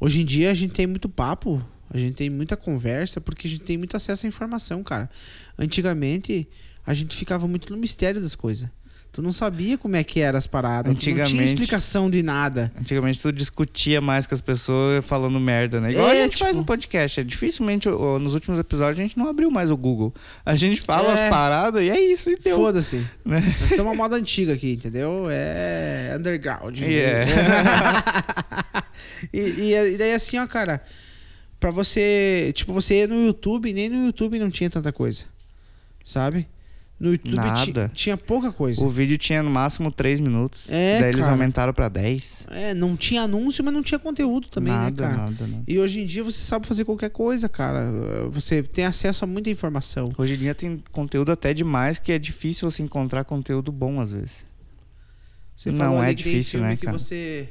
hoje em dia a gente tem muito papo, a gente tem muita conversa, porque a gente tem muito acesso à informação, cara. Antigamente, a gente ficava muito no mistério das coisas. Tu não sabia como é que eram as paradas. tu Não tinha
Antigamente-
explicação de nada.
Antigamente tu discutia mais com as pessoas falando merda, né? Igual
É,
a gente
tipo-
faz no podcast. É, dificilmente, ó, nos últimos episódios, a gente não abriu mais o Google. A gente fala
É.
as paradas e é isso, e deu.
Foda-se.
Né?
Nós estamos uma moda antiga aqui, entendeu? É
É.
underground.
Yeah.
e, e- e daí assim, ó, cara, pra você. Tipo, você ia no YouTube, nem no YouTube não tinha tanta coisa. Sabe? No YouTube ti-
Nada.
tinha pouca coisa.
O vídeo tinha no máximo 3 minutos.
É,
daí eles
cara.
aumentaram pra 10.
É, não tinha anúncio, mas não tinha conteúdo também,
nada,
né, cara?
nada, nada.
E hoje em dia você sabe fazer qualquer coisa, cara. Você tem acesso a muita informação.
Hoje em dia tem conteúdo até demais que é difícil você encontrar conteúdo bom às vezes.
Você
Não,
falou
é
ali que tem
difícil,
filme
né,
que
cara?
você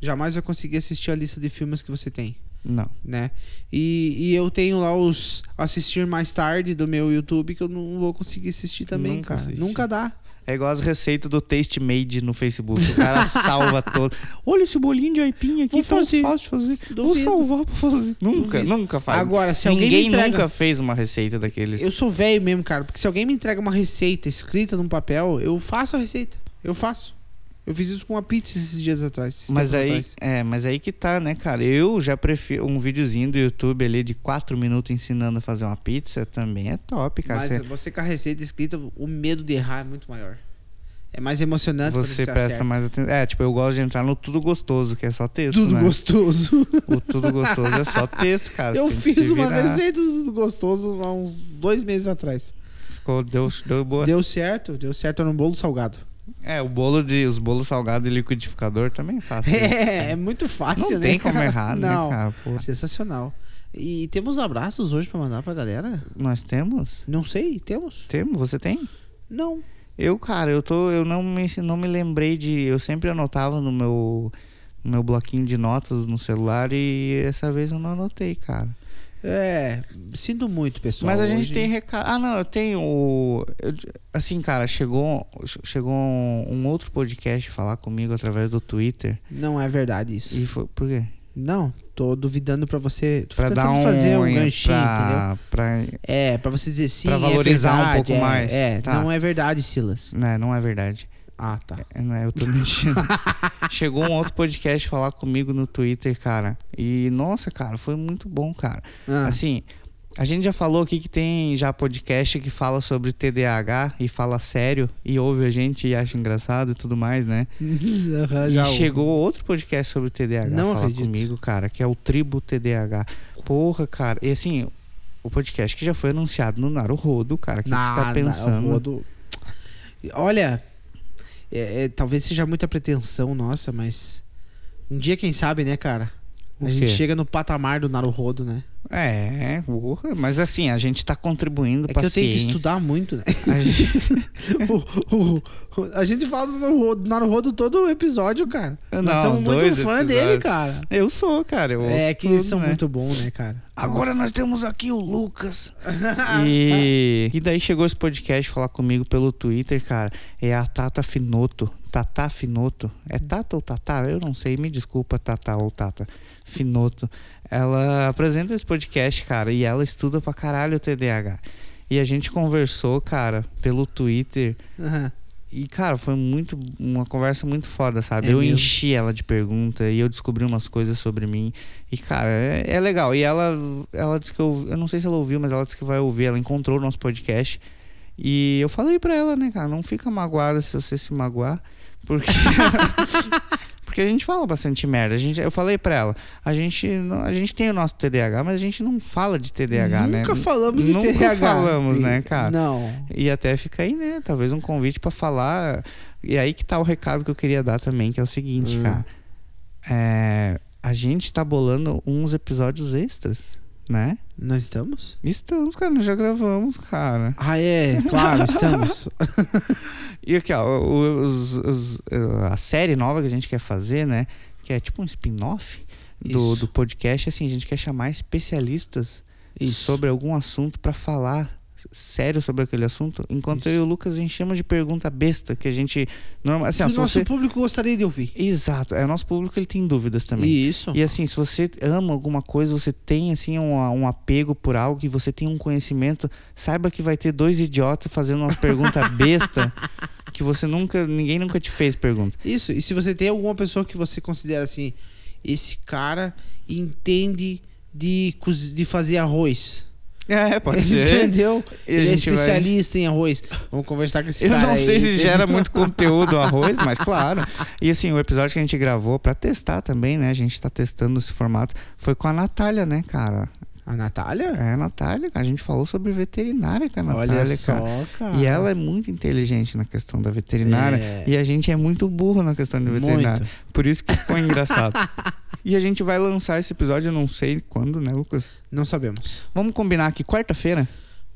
jamais vai conseguir assistir a lista de filmes que você tem.
Não.
né? E, e eu tenho lá os assistir mais tarde do meu YouTube que eu não vou conseguir assistir também,
Nunca
cara.
assisti.
Nunca dá.
É igual as receitas do Taste Made no Facebook. O cara salva todo. Olha esse bolinho de aipim aqui,
Vou
tão
fazer.
fácil de fazer. Vou
Duvido.
salvar pra fazer. Nunca,
Duvido.
nunca faz.
Agora, se alguém
Ninguém
me entrega-
nunca fez uma receita daqueles.
Eu sou velho mesmo, cara, porque se alguém me entrega uma receita escrita num papel, eu faço a receita. Eu faço. Eu fiz isso com uma pizza esses dias atrás. esses
Mas
tempos
aí,
atrás.
é, mas aí que tá, né, cara? Eu já prefiro um videozinho do YouTube ali de 4 minutos ensinando a fazer uma pizza também é top, cara.
Mas
Você-
você com a receita escrita, o medo de errar é muito maior. É mais emocionante quando
Você presta
acerta.
mais atenção. É, tipo, eu gosto de entrar no Tudo Gostoso, que é só texto.
Tudo
né?
gostoso.
O Tudo Gostoso é só texto, cara.
eu
Você tem que
fiz
se
uma
virar.
receita do tudo gostoso há uns dois meses atrás.
Ficou, deu, deu boa.
Deu certo, deu certo era um bolo salgado.
É, o bolo de. Os bolos salgados e liquidificador também é fácil.
É, é muito fácil,
Não
né,
tem como
cara?
errar,
Não.
né,
É
cara? Pô.
Sensacional. E temos abraços hoje pra mandar pra galera?
Nós temos?
Não sei, temos?
Temos? Você tem?
Não.
Eu, cara, eu tô. Eu não me, não me lembrei de. Eu sempre anotava no meu. No meu bloquinho de notas no celular e essa vez eu não anotei, cara.
É, sinto muito, pessoal.
Mas a gente
hoje.
tem recado. Ah, não, eu tenho. o- eu- assim, cara, chegou, chegou um outro podcast falar comigo através do Twitter.
Não é verdade isso.
E foi. Por quê?
Não, tô duvidando pra você. Tô
Pra
tentando
dar um.
fazer um ganchinho, entendeu?
pra, pra-
É, pra você dizer sim.
Pra valorizar
é
um
verdade,
pouco
é,
mais.
É,
Tá.
não é verdade, Silas.
Não, não é verdade.
Ah, tá.
É, Não é, eu tô mentindo. Chegou um outro podcast falar comigo no Twitter, cara. E, nossa, cara, foi muito bom, cara.
Ah,
Assim, a gente já falou aqui que tem já podcast que fala sobre TDAH e fala sério e ouve a gente e acha engraçado e tudo mais, né?
Ah,
e
já o-
chegou outro podcast sobre TDAH
Não
falar
acredito.
comigo, cara, que é o Tribo TDAH. Porra, cara. E assim, o podcast que já foi anunciado no Naruhodo, cara, o que, que
Na-
você tá
na-
pensando?
o Rodo- Olha, é- é, talvez seja muita pretensão nossa, mas um dia, quem sabe, né, cara? A
O
gente
quê?
chega no patamar do Naruhodo, né?
É, porra, mas assim, a gente tá contribuindo
É
pra
que eu tenho que
ciência.
estudar muito, né?
A gente-
O- o- o- a gente fala do Naruhodo- do Naruhodo todo episódio, cara. Nós
Não,
somos muito
dois
fã
episódios.
dele, cara.
Eu sou, cara. Eu
É
ouço
que
tudo,
eles são
né?
muito bons, né, cara?
Agora nós temos aqui o Lucas. e... e daí chegou esse podcast falar comigo pelo Twitter, cara. É a Tata Finoto. Tata Finoto. É Tata ou Tata? Eu não sei. Me desculpa, Tata ou Tata. Finoto. Ela apresenta esse podcast, cara, e ela estuda pra caralho o TDAH. E a gente conversou, cara, pelo Twitter.
Aham.
E, cara, foi muito. Uma conversa muito foda, sabe?
É
eu
mesmo?
enchi ela de pergunta e eu descobri umas coisas sobre mim. E, cara, é, é legal. E ela, ela disse que eu. Eu não sei se ela ouviu, mas ela disse que vai ouvir. Ela encontrou o nosso podcast. E eu falei pra ela, né, cara, não fica magoada se você se magoar. Porque. Porque a gente fala bastante merda. A gente, eu falei pra ela, a gente, não- a gente tem o nosso TDAH, mas a gente não fala de TDAH, né?
Nunca falamos de
Nunca
TDAH.
falamos, né, cara?
Não.
E até fica aí, né? Talvez um convite pra falar. E aí que tá o recado que eu queria dar também, que é o seguinte,
Hum.
cara. É, a gente tá bolando uns episódios extras, né?
Nós estamos?
Estamos, cara, nós já gravamos, cara.
Ah, é, claro, estamos.
E aqui, ó, o- os- os- eh, a série nova que a gente quer fazer, né? Que é tipo um spin-off do,
Isso.
do podcast, assim, a gente quer chamar especialistas
Isso.
sobre algum assunto pra falar sério sobre aquele assunto, enquanto
Isso.
eu e o Lucas enchemos de pergunta besta, que a gente normal, assim,
Que
ó,
o
se
nosso
você-
público gostaria de ouvir.
Exato, é o nosso público ele tem dúvidas também.
Isso.
E assim, se você ama alguma coisa, você tem assim um, um apego por algo e você tem um conhecimento, saiba que vai ter dois idiotas fazendo umas perguntas besta que você nunca, ninguém nunca te fez pergunta.
Isso. E se você tem alguma pessoa que você considera assim, esse cara entende de, cozi- de fazer arroz.
É, pode
Entendeu?
E a
Ele é
gente vai-
especialista em arroz. Vamos conversar com esse
Eu
cara
não sei
aí,
se
entendeu?
gera muito conteúdo o arroz, mas claro. E assim, o episódio que a gente gravou pra testar também, né? A gente tá testando esse formato. Foi com a Natália, né, cara?
A Natália?
É, a Natália, cara, a gente falou sobre veterinária com a Natália,
Olha
cara.
só, cara.
E ela é muito inteligente na questão da veterinária.
É.
E a gente é muito burro na questão de
Muito.
veterinária. Por isso que ficou engraçado. E a gente vai lançar esse episódio, eu não sei quando, né, Lucas?
Não sabemos.
Vamos combinar aqui, quarta-feira?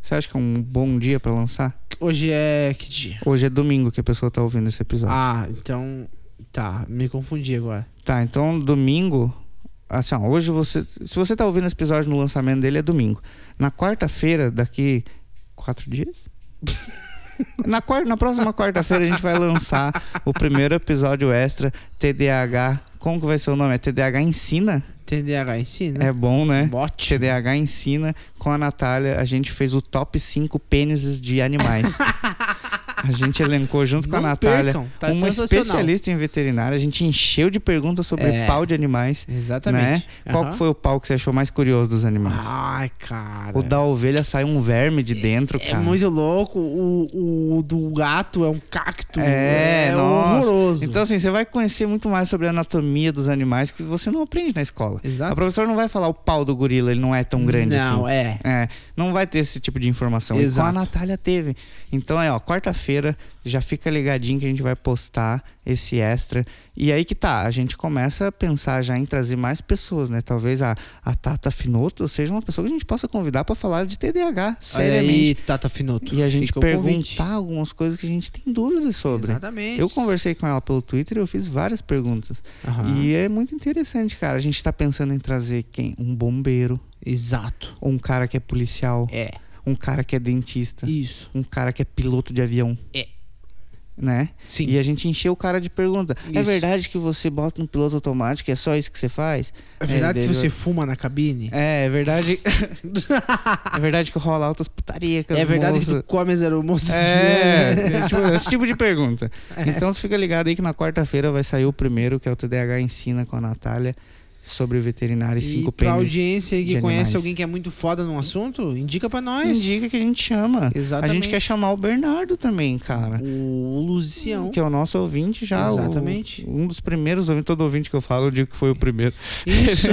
Você acha que é um bom dia pra lançar?
Hoje é que dia?
Hoje é domingo que a pessoa tá ouvindo esse episódio.
Ah, então. Tá, me confundi agora.
Tá, então domingo. Assim, ó, hoje você. Se você tá ouvindo esse episódio no lançamento dele, é domingo. Na quarta-feira, daqui. Quatro dias? na, quar- na próxima quarta-feira a gente vai lançar o primeiro episódio extra TDAH. Como que vai ser o nome? É TDAH Ensina?
TDAH ensina?
É bom, né?
Bote.
TDAH Ensina. Com a Natália, a gente fez o top 5 pênises de animais. A gente elencou junto com a
Não
Natália,
percam, tá
uma
sensacional.
especialista em veterinária. A gente encheu de perguntas sobre
É.
pau de animais.
Exatamente.
Né? Qual
Aham.
que foi o pau que você achou mais curioso dos animais?
Ai, cara.
o da ovelha sai um verme de dentro,
É
cara.
muito louco. O, o do gato é um cacto.
É,
é
nossa.
horroroso.
Então, assim, você vai conhecer muito mais sobre a anatomia dos animais que você não aprende na escola.
Exato.
A professora não vai falar o pau do gorila, ele não é tão grande assim.
Não, é.
É, não vai ter esse tipo de informação. E
Exato.
com a Natália teve. Então é, ó, quarta-feira já fica ligadinho que a gente vai postar esse extra. E aí que tá, a gente começa a pensar já em trazer mais pessoas, né? Talvez a, a Tata Finoto seja uma pessoa que a gente possa convidar pra falar de TDAH,
Olha aí,
seriamente.
Tata Finoto.
E a gente
Fica o convite.
perguntar algumas coisas que a gente tem dúvidas sobre.
Exatamente.
Eu conversei com ela pelo Twitter e eu fiz várias perguntas.
Aham.
E é muito interessante, cara. A gente tá pensando em trazer quem? Um bombeiro,
Exato.
um cara que é policial
É.
um cara que é dentista,
Isso.
um cara que é piloto de avião.
É.
Né?
Sim.
E a gente encheu o cara de pergunta. É
Isso.
verdade que você bota no piloto automático e é só isso que você faz?
É verdade que
dele-
você fuma na cabine?
É, é verdade. é verdade que rola altas putarias. com
É,
as
verdade que
moças.
tu come zero moço né?
É, tipo, esse tipo de pergunta.
É.
Então você fica ligado aí que na quarta-feira vai sair o primeiro, que é o TDAH Ensina com a Natália, sobre veterinária e
E
cinco
pra
pênis
audiência aí que
de
conhece
animais.
alguém que é muito foda num assunto, indica pra nós.
Indica que a gente chama.
Exatamente.
A gente quer chamar o Bernardo também, cara.
O Lucião.
Que é o nosso ouvinte já. o-
Exatamente.
um dos primeiros ouvintes, todo ouvinte que eu falo, eu digo que foi o primeiro.
Isso.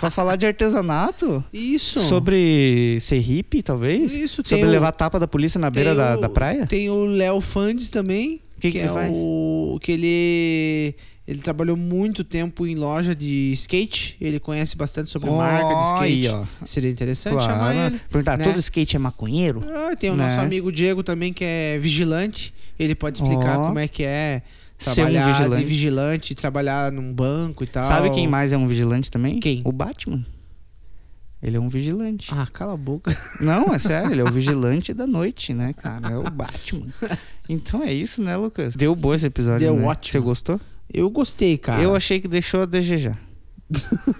pra falar de artesanato?
Isso.
Sobre ser hippie, talvez?
Isso, tem
Sobre
o-
levar tapa da polícia na beira
Tem
da,
o-
da praia?
Tem o Léo Fandes também.
Que que
é
ele faz?
o que ele Ele trabalhou muito tempo em loja de skate. Ele conhece bastante sobre marca de skate.
Aí, ó.
Seria interessante chamar
Claro.
ele.
Perguntar,
né?
todo skate é maconheiro?
Ah, tem o
Né?
nosso amigo Diego também, que é vigilante. Ele pode explicar
Ó.
como é que é
Ser um
trabalhar
vigilante.
de vigilante, trabalhar num banco e tal.
Sabe quem mais é um vigilante também?
Quem?
O Batman. Ele é um vigilante.
Ah, cala a boca.
Não, é sério, ele é o vigilante da noite, né, cara? É o Batman. Então é isso, né, Lucas? Deu bom esse episódio.
Deu
né?
ótimo.
Você gostou?
Eu gostei, cara.
Eu achei que deixou a desejar.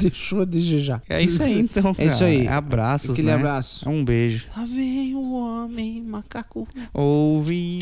Deixou a desejar.
É isso aí, então.
É isso
cara.
aí.
Abraços.
Aquele
né?
abraço.
Um beijo.
Lá vem o homem macaco.
Ouvi.